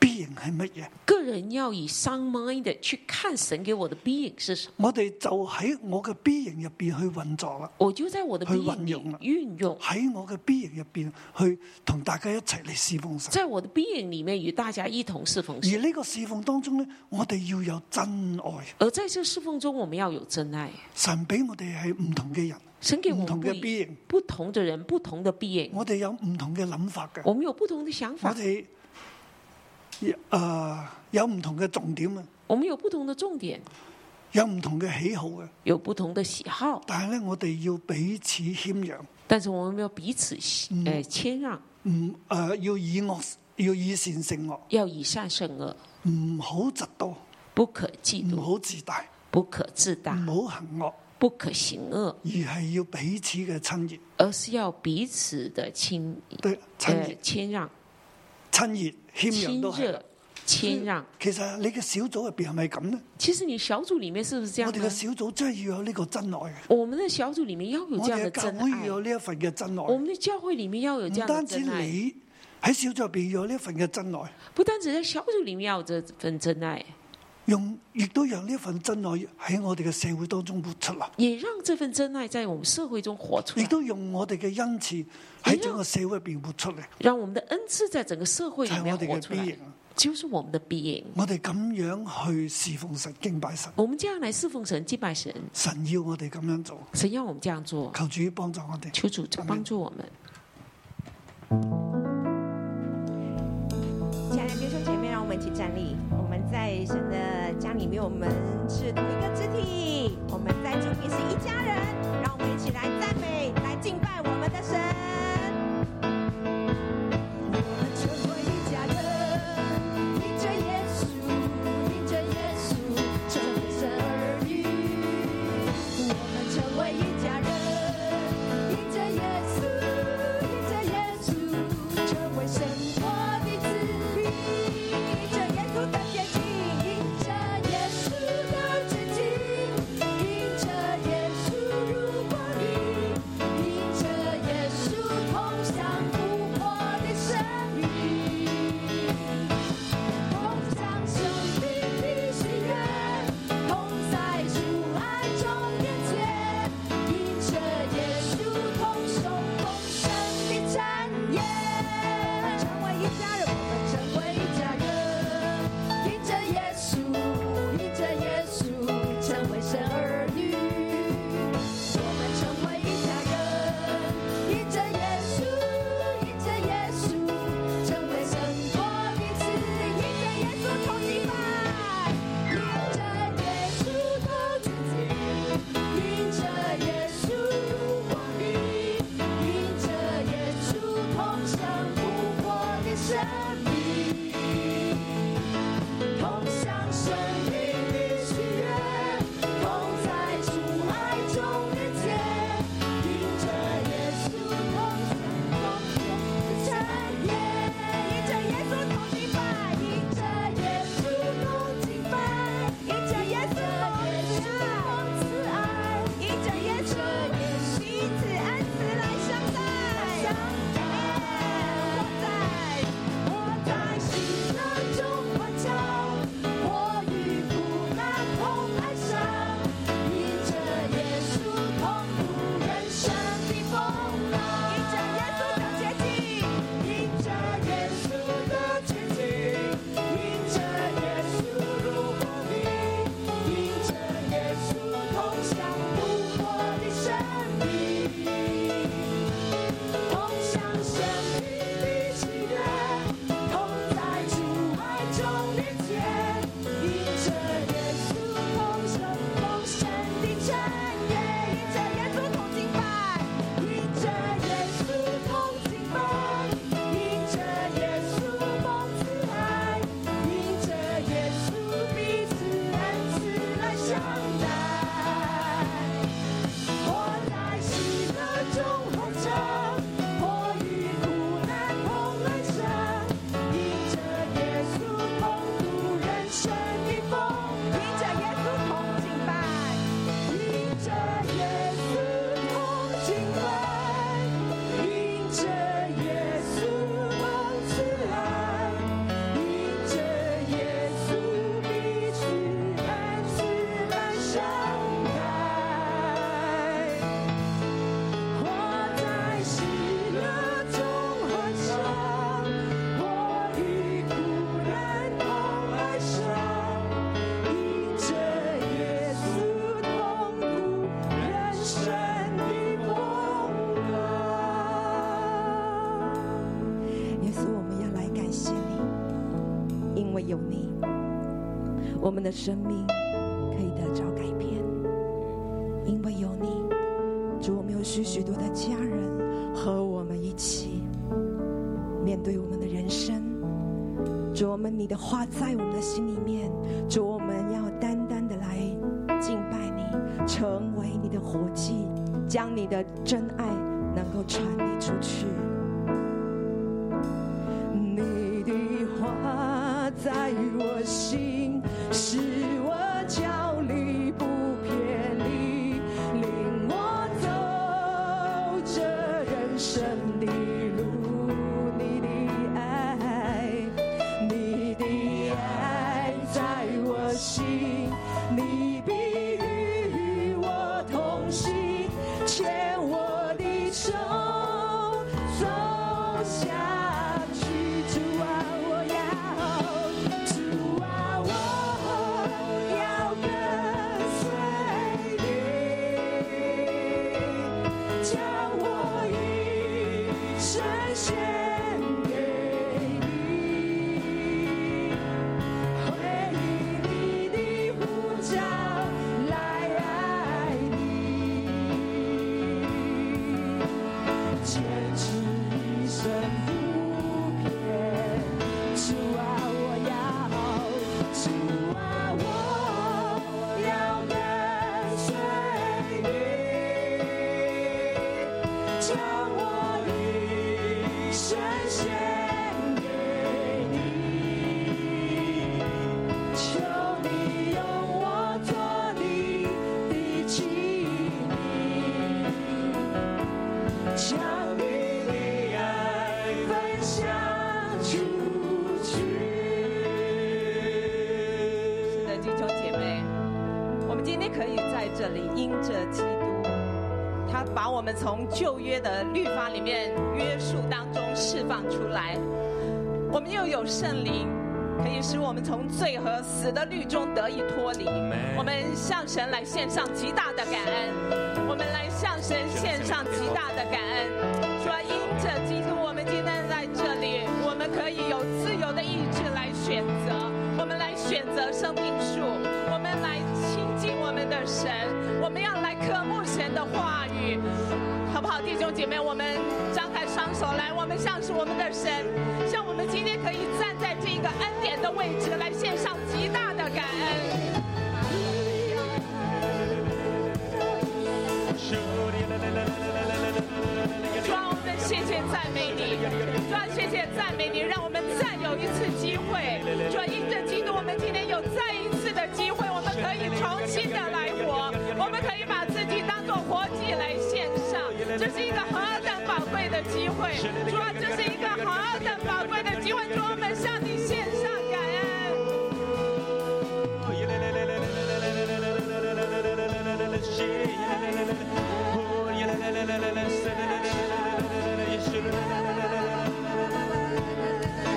S2: B 型係乜嘢。
S3: 个人要以 sound mind 地去看神给我的 being 是什么，
S2: 我哋就喺我嘅 B 型入边去運作啦，
S3: 我就在我的
S2: 去
S3: being
S2: 运用
S3: 里
S2: 了
S3: 运用，
S2: 喺我嘅 B 型入边去同大家一齊嚟侍奉神。
S3: 在我的 being 里面与大家一同侍奉
S2: 而
S3: 神。
S2: 呢個侍奉當中呢，我哋要有真愛。
S3: 而在这侍奉中，我们要有真爱。
S2: 神俾我哋係唔同嘅人，
S3: 神给我
S2: 唔
S3: 们
S2: 同
S3: 不
S2: 嘅
S3: 一
S2: being
S3: 不同的人，不同的 being，
S2: 我哋有唔同嘅諗法嘅，
S3: 我们有不同的想
S2: 我
S3: 法，
S2: 哋诶、呃有唔同嘅重點啊，
S3: 我们有不同的重点，
S2: 有唔同嘅喜好嘅。
S3: 有不同的喜好，
S2: 但係呢，我哋要彼此謙讓，
S3: 但是我们要彼此
S2: 嗯
S3: 呃谦让，
S2: 唔诶、呃要以惡要以善勝惡，
S3: 要以善胜恶，
S2: 唔好嫉妒，
S3: 不可嫉
S2: 唔
S3: 妒，
S2: 好自大，
S3: 不可自大，
S2: 嗯唔好行惡。
S3: 不可行恶，
S2: 而係要彼此嘅親熱，
S3: 而是要彼此的亲
S2: 對親
S3: 呃
S2: 熱、
S3: 谦让、
S2: 親熱、謙讓
S3: 亲
S2: 都嗯係啦
S3: 热。、谦让。
S2: 其實你嘅小組入邊係咪咁呢？
S3: 其实你小组里面是不是这
S2: 我
S3: 样
S2: 哋
S3: 呢
S2: 嘅？小組真係要有呢個真愛嘅，
S3: 我们的小组里面要有
S2: 我
S3: 这样
S2: 哋
S3: 的
S2: 嘅教
S3: 真
S2: 會要
S3: 爱，
S2: 有呢一份嘅真愛，
S3: 我
S2: 唔
S3: 们的教会里面要有这样的
S2: 單止
S3: 真爱，
S2: 你喺小組入邊要有呢一份嘅真愛，
S3: 不单只在小组里面要有这份真爱，
S2: 用亦都讓呢一份真愛喺我哋嘅社會當中活出嚟，
S3: 也让这份真爱在我们社会中活出
S2: 亦
S3: 来，
S2: 都用我哋嘅恩賜喺整個社會入邊活出嚟，
S3: 让我们的恩赐在整个社会
S2: 就
S3: 里
S2: 係
S3: 面
S2: 我哋
S3: 活
S2: 嘅
S3: 出
S2: B
S3: 来
S2: 型，。
S3: 就是我们的必应。
S2: 我哋咁樣去侍奉神、敬拜神，
S3: 我们这样来侍奉神、敬拜神，
S2: 神要我哋咁樣做，
S3: 神要我们这样做，
S2: 求主幫助我哋。
S3: 求主
S2: 阿门
S3: 帮助我们。
S4: 亲爱的弟兄姐妹，让我们一起站立。我们在神的家里面，我们是同一个肢体，我们在主里是一家人。让我们一起来赞美，来敬拜我们的神。我们成为一家人，因着耶稣，因着耶稣，成为神儿女。我们成为一家人，因着耶稣，因着耶稣，成为神国的子民。因着耶稣的天地，因着耶稣的自己，因着耶稣如光明，因着耶稣同享复活的生命。同享生命的喜悦，同在主爱中连接，因着耶稣同受丰盛的产业。我们成为一家人，我们成为一家人，因着耶稣，因着耶稣，成为神儿女。我们成为一家人，因着耶稣，因着耶稣，成为神国的子民，因着耶稣同敬拜，因着耶稣同自己，因着耶稣如我名，因着耶稣同享复活的生命。同享生命的喜悦，同在主爱中连接，因着耶稣同享丰盛的产业，因着耶稣同敬拜，因着耶稣同敬拜，因着耶稣同慈爱，因着耶稣因此恩慈来相待，活在活在喜乐中。欢笑，我与苦难同哀伤，因着耶稣同度人生的风浪。因着耶稣的洁净，因着耶稣的洁净，因着耶稣如光明，因着耶稣同享复活的生命。同享生命的喜悦，同在主爱中连接，因着耶稣同享丰盛的产业，因着耶稣同敬拜，因着耶稣同敬拜，因着耶稣同慈爱，因着耶稣彼此恩慈来相待。我在喜乐中欢唱，我与苦难同哀伤，因着耶稣同度人生的风浪，因着耶稣同敬拜，因着耶稣同敬拜，因着耶稣同慈爱，因着耶稣必须恩慈来相待。活在喜乐中欢笑，我与苦难同哀伤，因着耶稣同度人生的风浪。
S5: 耶稣，我们要来感谢你，因为有你，我们的生命可以得着改变。因为有你，主，我们有许许多的家人和我们一起面对我们的人生。主，我们你的话在我们的心里面，主，我们要单单的来敬拜你，成为你的火气，将你的真爱能够传递出去。你的话在我心，使我脚力不偏离，领我走这人生的路。你的爱，你的爱在我心，你必与我同行，牵我的手。走下去，主啊，我要，主啊，我要跟随你，将我一生献给你，回应你的呼叫，来爱你。坚持一生不变。主啊，我要，主啊，我要跟随你，将我一生献给你，求你用我做你的器皿。将你的爱分享出去。
S6: 是的，弟兄姐妹，我们今天可以在这里因着基督，他把我们从旧约的律法里面约束当中释放出来，我们又有圣灵。可以使我们从罪和死的律中得以脱离。我们向神来献上极大的感恩，我们来向神献上极大的感恩。说因着基督，我们今天在这里，我们可以有自由的意志来选择，我们来选择生命树，我们来亲近我们的神，我们要来渴慕神的话语，好不好，弟兄姐妹？我们张开双手来，我们向是我们的神，像我们今天可以站在这个恩典的位置来献上极大的感恩。主啊，我们谢谢赞美你，主啊，谢谢赞美你，让我们再有一次机会。主啊，因着基督，我们今天有再一次的机会，我们可以重新的来活，我们可以把自己当做活祭来献上，这是一个何等宝贵的机会！主啊，这是一个何等宝贵的机会！主啊，我们向你献上感恩。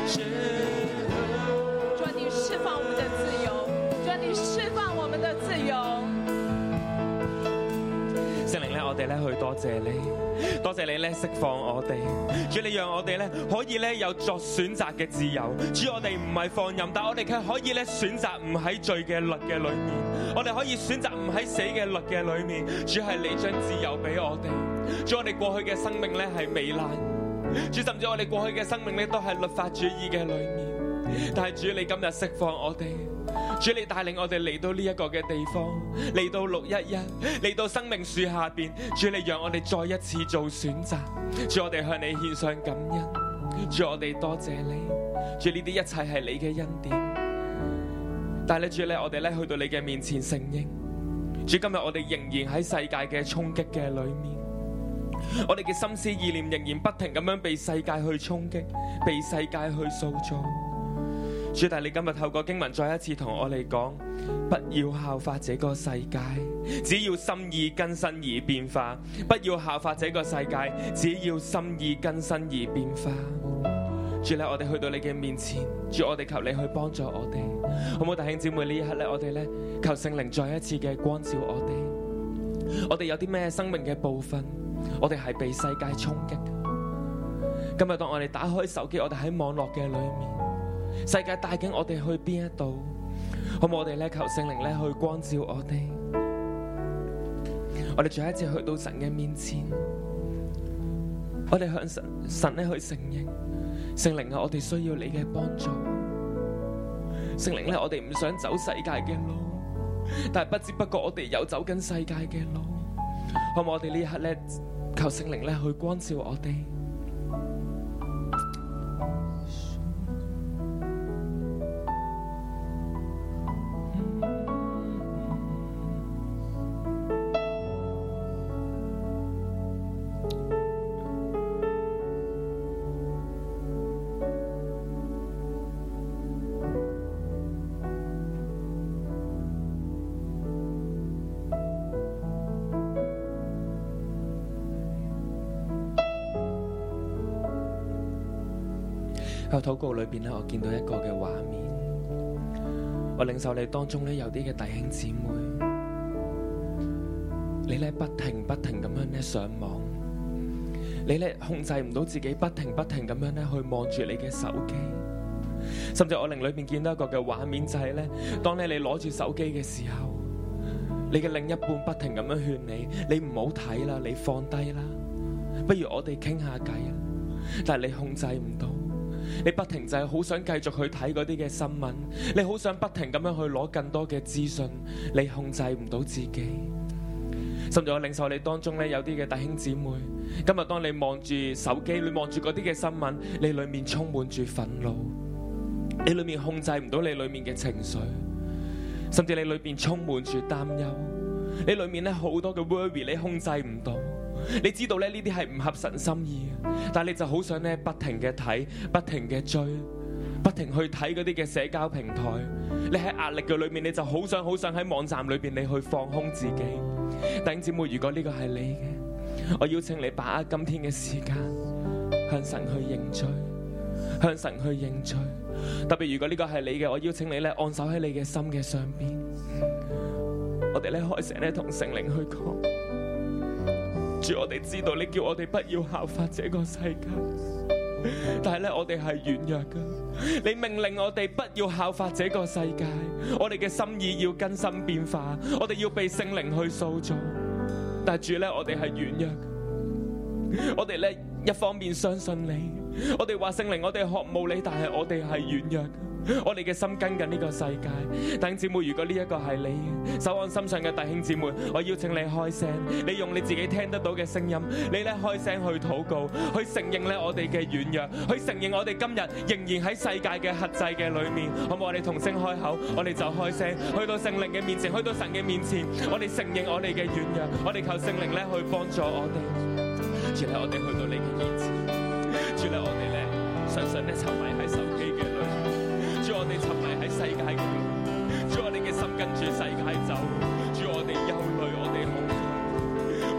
S6: 主啊，你释放我们的自由，主啊，你释放我们的自由。
S7: 圣灵咧，我哋咧去多谢你，多谢你咧释放我哋，主你让我哋咧可以咧有作选择嘅自由，主我哋唔系放任，但我哋却可以咧选择唔喺罪嘅律嘅里面，我哋可以选择唔喺死嘅律嘅里面，主系你将自由俾我哋，主我哋过去嘅生命咧系糜烂，主甚至我哋过去嘅生命咧都系律法主义嘅里面，但系主你今日释放我哋。主你带领我哋嚟到呢一个嘅地方，嚟到六一一，嚟到生命树下边，主你让我哋再一次做选择，主我哋向你献上感恩，主我哋多谢你，主呢啲一切系你嘅恩典，但系咧主咧我哋咧去到你嘅面前承认，主今日我哋仍然喺世界嘅冲击嘅里面。我哋嘅心思意念仍然不停咁样被世界去冲击，被世界去塑造。主，但你今日透過經文再一次同我哋講，不要效法這個世界，只要心意更新而變化；不要效法這個世界，只要心意更新而變化。主咧，我哋去到你嘅面前，主，我哋求你去幫助我哋，好冇？弟兄姊妹呢一刻咧，我哋咧求聖靈再一次嘅光照我哋，我哋有啲咩生命嘅部分，我哋係被世界衝擊嘅。今日當我哋打開手機，我哋喺網絡嘅裏面。世界帶緊我哋去邊一度，好冇？我哋咧求聖靈咧去光照我哋，我哋再一次去到神嘅面前，我哋向神神咧去承認，聖靈啊，我哋需要你嘅幫助，聖靈咧，我哋唔想走世界嘅路，但係不知不覺我哋有走緊世界嘅路，可唔可以我哋呢一刻咧，求聖靈咧去光照我哋？喺禱告裏邊咧，我見到一個嘅畫面，我領受你當中咧有啲嘅弟兄姊妹，你咧不停不停咁樣咧上網，你咧控制唔到自己，不停不停咁樣咧去望住你嘅手機。甚至我靈裏邊見到一個嘅畫面，就係咧，當咧你攞住手機嘅時候，你嘅另一半不停咁樣勸你，你唔好睇啦，你放低啦，不如我哋傾下偈啊！但係你控制唔到。你不停就係好想繼續去睇嗰啲嘅新聞，你好想不停咁樣去攞更多嘅資訊，你控制唔到自己。甚至我領受你當中咧有啲嘅弟兄姊妹，今日當你望住手機，你望住嗰啲嘅新聞，你裡面充滿住憤怒，你裡面控制唔到你裡面嘅情緒，甚至你裡面充滿住擔憂，你裡面咧好多嘅 worry 你控制唔到，你知道咧呢啲係唔合神心意嘅。但你就好想咧，不停嘅睇，不停嘅追，不停去睇嗰啲嘅社交平台。你喺壓力嘅裏面，你就好想好想喺網站裏邊你去放空自己。弟兄姊妹，如果呢個係你嘅，我邀請你把握今天嘅時間，向神去認罪，向神去認罪。特別如果呢個係你嘅，我邀請你咧按手喺你嘅心嘅上邊。我哋咧開聲咧同聖靈去講。主，我哋知道你叫我哋不要效法這個世界，但係咧我哋係軟弱噶。你命令我哋不要效法這個世界，我哋嘅心意要更新變化，我哋要被聖靈去塑造。但係主咧，我哋係軟弱㗎，我哋咧一方面相信你，我哋話聖靈，我哋渴慕你，但係我哋係軟弱㗎。 我哋嘅心跟緊呢個世界，弟兄姊妹，如果呢一個係你手按心上嘅弟兄姊妹，我邀請你開聲，你用你自己聽得到嘅聲音，你咧開聲去禱告，去承認咧我哋嘅軟弱，去承認我哋今日仍然喺世界嘅轄制嘅裏面，好唔好？我哋同聲開口，我哋就開聲，去到聖靈嘅面前，去到神嘅面前，我哋承認我哋嘅軟弱，我哋求聖靈咧去幫助我哋，主咧我哋去到你嘅面前，主咧我哋咧常常咧沉迷喺手機嘅裏面。主我哋沉迷喺世界嘅路，主我哋嘅心跟住世界走，主我哋憂慮，我哋恐懼，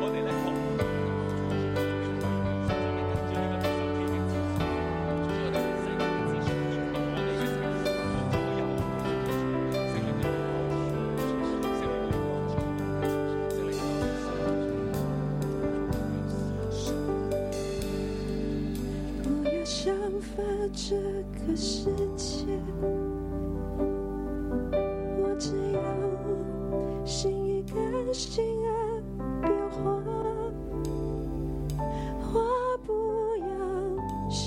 S7: 我哋咧恐懼，我哋跟住呢個手機嘅資訊，主我哋被世界嘅資訊淹沒我哋嘅情緒，左右我哋嘅情緒，聖靈嘅幫助，聖靈嘅幫助，聖靈嘅幫助。
S5: 不要想法这个世界，我只要心意甘心爱变化。我不要想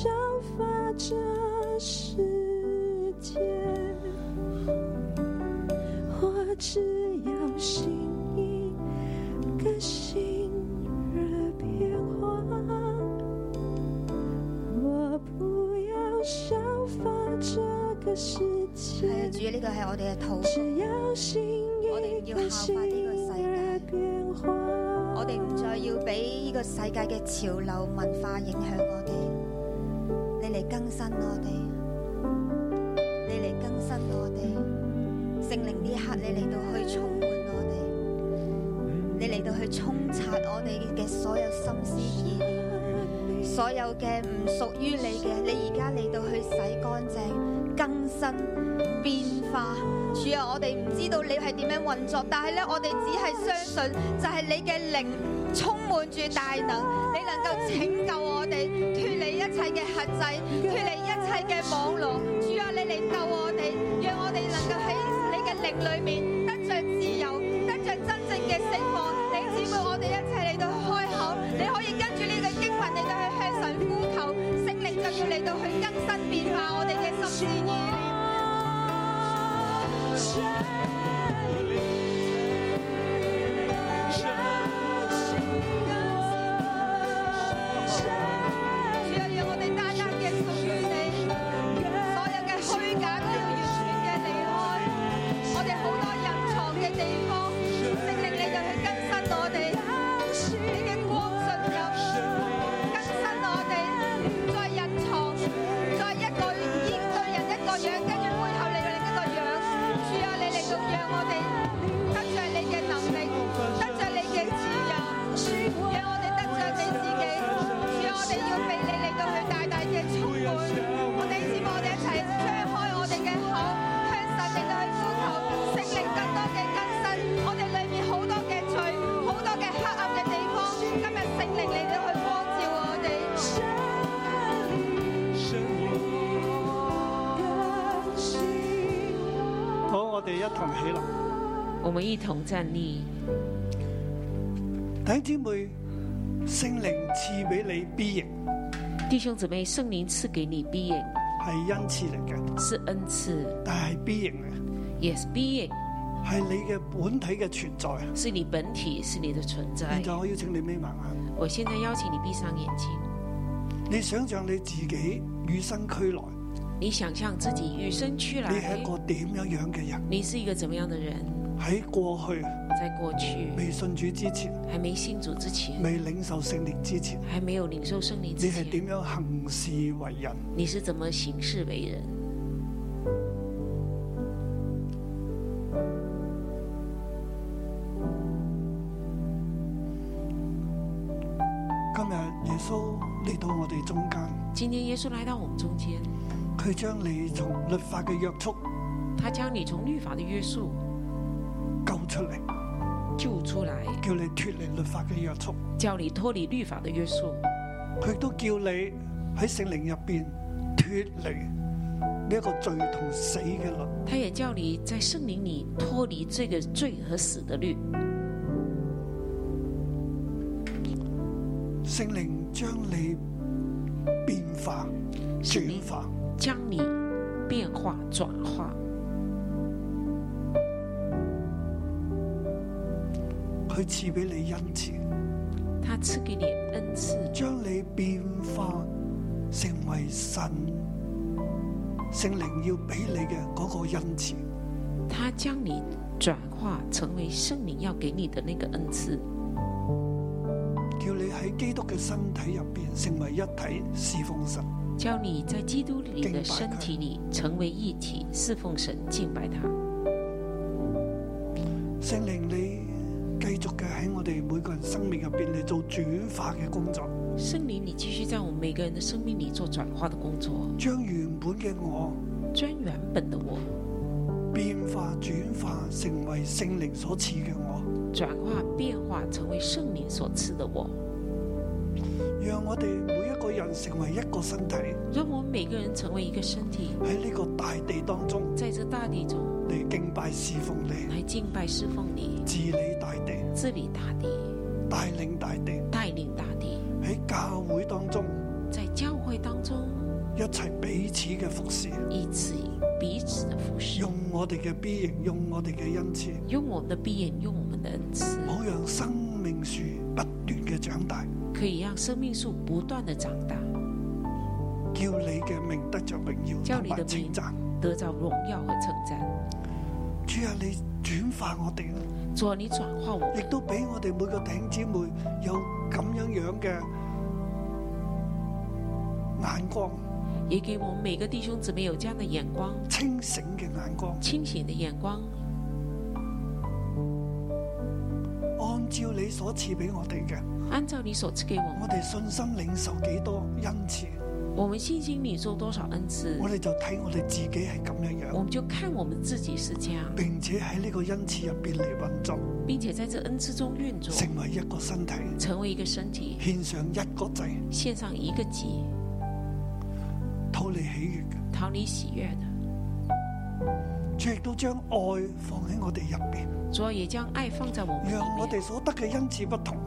S5: 法这世界，我只要心意甘心而变化。我不要想法这个世界，
S8: 係啊，主呢個係我哋嘅禱告，
S5: 只要心
S8: 我哋
S5: 意
S8: 要
S5: 甘
S8: 效
S5: 心
S8: 法呢個世界
S5: 而变化。
S8: 我哋唔再要俾呢個世界嘅潮流文化影響我哋，你嚟更新我哋，你嚟更新我哋，聖靈呢刻你嚟到去充滿我哋，你嚟到去沖刷我哋嘅所有心思意念。所有嘅唔屬於你嘅，你而家嚟到去洗乾淨、更新、變化。主啊，我哋唔知道你係點樣運作，但係咧，我哋只係相信就係你嘅靈充滿住大能，你能夠拯救我哋脱離一切嘅限制，脱離一切嘅網絡。主啊，你嚟救我哋，讓我哋能夠喺你嘅靈裏面得着自由，得着真正嘅釋放。你姊妹，我哋一齊嚟到去開口，你可以跟住呢個經文嚟到去向神呼求，聖靈就要嚟到去更新變化我哋嘅心思意念。
S5: 这里，让心
S8: 啊
S3: 我们一同站立。
S2: 弟兄姊妹，聖靈賜俾你 B 型
S3: 弟兄姊妹，圣灵赐给你 B 眼
S2: 係恩賜嚟嘅，
S3: 是恩赐
S2: 但係 B 型嘅
S3: ，yes B 眼
S2: 係你嘅本體嘅存在。
S3: 是你本体，是你的存在
S2: 現。在我邀請你眯埋眼，
S3: 我现在邀请你闭上眼睛，
S2: 你想象你自己與生俱來，
S3: 你想象自己与生俱
S2: 你係
S3: 来
S2: 一，個點樣樣嘅人？
S3: 你是一个怎么样的人？
S2: 喺過去
S3: 在过去
S2: 未信主之前，
S3: 还没信主之前，
S2: 未領受聖靈之前，
S3: 还没有领受圣灵
S2: 你
S3: 之
S2: 係
S3: 前，
S2: 點樣行事為人？
S3: 你是怎么行事为人？
S2: 今日耶穌嚟到我哋中間，
S3: 今天耶稣来到我们中间，
S2: 佢將你從律法嘅約束
S3: 他将你从律法的约束
S2: 救出嚟，
S3: 救出来，
S2: 叫你脱離律法嘅約束。
S3: 叫你脱离律法的约束，
S2: 佢都叫你喺聖靈入邊脱離呢一個罪同死嘅律。
S3: 他也叫你在圣灵里脱离这个罪和死的律。
S2: 聖靈將你變化、
S3: 聖靈
S2: 轉化，
S3: 将你变化转化，
S2: 佢賜俾你恩賜，
S3: 他赐给你恩赐，
S2: 將你變化成為神聖靈要俾你嘅嗰個恩賜。
S3: 他将你转化成为圣灵要给你的那个恩赐，
S2: 叫你喺基督嘅身體入边成為一體侍奉神。
S3: 叫你在基督里
S2: 敬拜
S3: 的
S2: 他
S3: 身体里成为一体，侍奉神，敬拜他。
S2: 聖靈，你繼續嘅喺我哋每個人生命入边嚟做轉化嘅工作，
S3: 圣灵，你继续在我们每个人的生命里做转化的工作，
S2: 將原本嘅我
S3: 将原本的我
S2: 變化轉化成為聖靈所賜嘅我，
S3: 转化变化成为圣灵所赐的我，
S2: 讓我哋每一個人成為一個身體
S3: 让我们每个人成为一个身体，
S2: 喺呢個大地當中
S3: 在这大地中
S2: 嚟敬拜侍奉你，
S3: 来敬拜侍奉你，
S2: 治理大地，
S3: 治理大地，
S2: 帶領大地
S3: 带领大地。
S2: 喺教會當中
S3: 在教会当中
S2: 一齊彼此嘅服侍，
S3: 以此彼此的服侍
S2: 用，我哋嘅 B 型，用我哋嘅恩賜。
S3: 用我们的闭眼，用我们的恩赐，
S2: 好让生命树不断嘅长大，
S3: 可以让生命树不断的长大，
S2: 叫你嘅名得着荣耀
S3: 叫
S2: 同
S3: 你的
S2: 埋
S3: 名
S2: 称赞。
S3: 得到荣耀和称赞。
S2: 主啊，你转化我哋，
S3: 主啊，你转化我
S2: 亦
S3: 们，
S2: 都俾我哋每个弟兄姊妹有咁样样嘅眼光，
S3: 也给我们每个弟兄姊妹有这样的眼光，
S2: 清醒嘅眼光，
S3: 清醒的眼光，
S2: 按照你所赐俾我哋嘅，
S3: 按照你所赐给我们，
S2: 我哋信心领受几多恩赐，
S3: 我们信心领受多少恩赐，
S2: 我哋就睇我哋自己系咁样样，
S3: 我们就看我们自己是这样，
S2: 并且喺呢个恩赐入边嚟运作，
S3: 并且在这恩赐中运作，
S2: 成为一个身体，
S3: 成为一个身体，
S2: 献上一个祭，
S3: 献上一个己，
S2: 讨你喜悦嘅。
S3: 讨你喜悦的。
S2: 主亦都將愛放喺我哋入邊，
S3: 主啊，也将爱放在我们
S2: 讓
S3: 里
S2: 我
S3: 面。
S2: 哋所得嘅恩賜不同，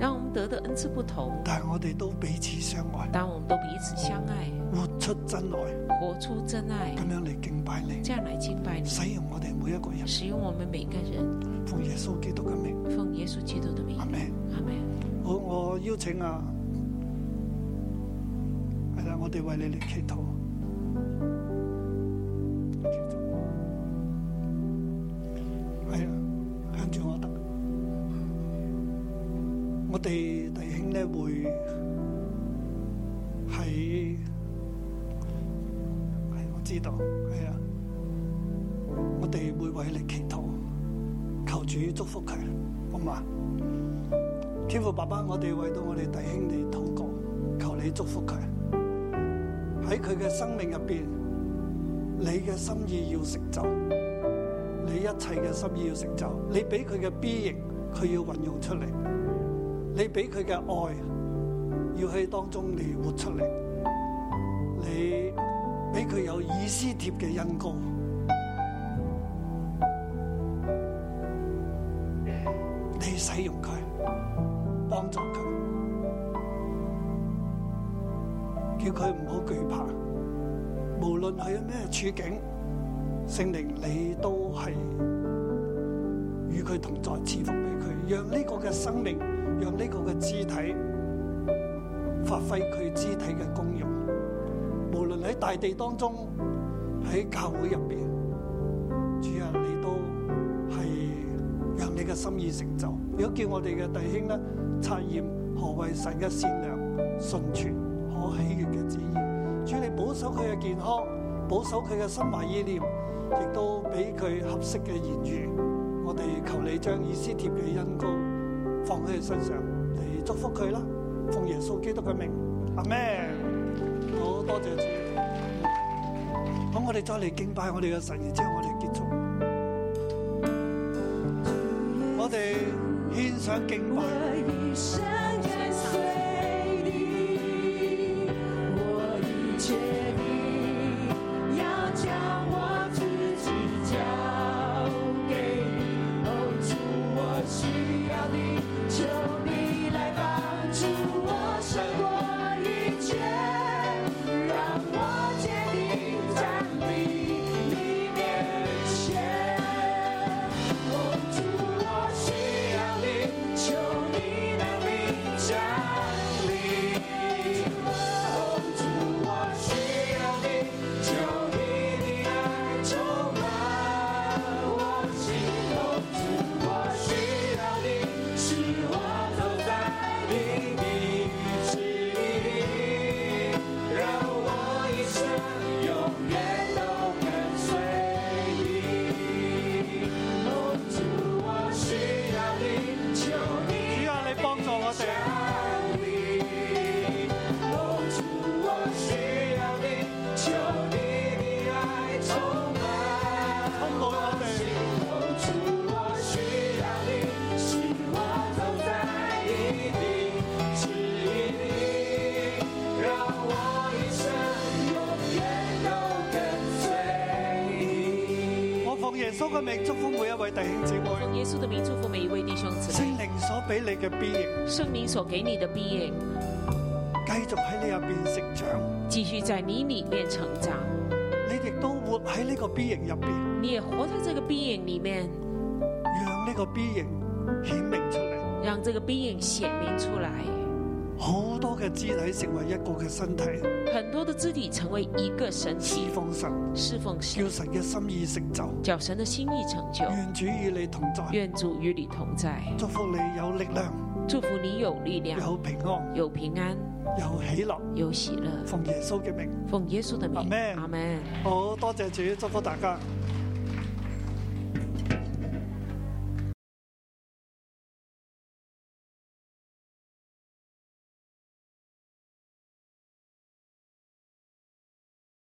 S3: 让我们得的恩赐不同，
S2: 但係我哋都彼此相愛，
S3: 当我们都彼此相爱，
S2: 活出真愛，
S3: 活出真爱
S2: 咁，樣嚟敬拜你，
S3: 这样来敬拜你，
S2: 使用我哋每一個人，
S3: 使用我们每个人，
S2: 奉耶穌基督嘅名，
S3: 奉耶稣基督的名
S2: 阿，咩？
S3: 阿门。
S2: 我我邀請啊，係啦，我哋為你嚟祈禱。係啊，向住我得。我哋弟兄咧會喺係我知道係啊，我哋會為你祈禱，求主祝福佢，好嘛？天父爸爸，我哋為到我哋弟兄嚟禱告，求你祝福佢喺佢嘅生命入邊，你嘅心意要成就，你一切嘅心意要成就，你俾佢嘅 B 型，佢要運用出嚟，你俾佢嘅愛，要喺當中嚟活出嚟，你俾佢有以斯帖嘅恩膏。
S4: 使用佢，幫助佢，叫佢唔好懼怕。無論係咩處境，聖靈你都係與佢同在，賜福俾佢，讓呢個嘅生命，讓呢個嘅肢體發揮佢肢體嘅功用。無論喺大地當中，喺教會入邊，主啊，你都係讓你嘅心意成就。如果叫我哋嘅弟兄咧察驗何為神嘅善良、純全、可喜悦嘅旨意，主你保守佢嘅健康，保守佢嘅心懷意念，亦都俾佢合適嘅言語。我哋求你將以斯帖嘅恩膏放喺佢身上，嚟祝福佢啦。奉耶穌基督嘅名，阿咩？好多謝主。好，我哋再嚟敬拜我哋嘅神，然之後我哋結束。我哋獻上敬拜。主啊，你幫助我哋。充滿我哋，啊我奉耶穌嘅名祝福每一位弟兄姊妹，
S3: 奉耶稣的名祝福每一位弟兄姊
S4: 聖
S3: 妹，
S4: 靈所俾你嘅必應，
S3: 圣灵所给你的毕业，
S4: 繼續喺你入邊成長，
S3: 继续在你里面成长，
S4: 你亦都活喺呢個必應入邊，
S3: 你也活在这个毕业里面，
S4: 讓呢個必應顯明出嚟。
S3: 让这个毕业显明出来。
S4: 好多嘅肢體成為一個嘅身體，
S3: 很多的肢体成为一个身体
S4: 侍，奉神，
S3: 侍奉
S4: 叫
S3: 神，
S4: 神嘅心意成就。
S3: 叫神的心意成就。
S4: 願主與你同在，
S3: 愿主与你同在，
S4: 祝福你有力量，
S3: 祝福你有力量，
S4: 有平安，
S3: 有平安，
S4: 有喜樂。
S3: 有喜乐。
S4: 奉耶穌嘅名，
S3: 奉耶稣的名，
S4: Amen
S3: 阿门。
S4: 好多謝主，祝福大家。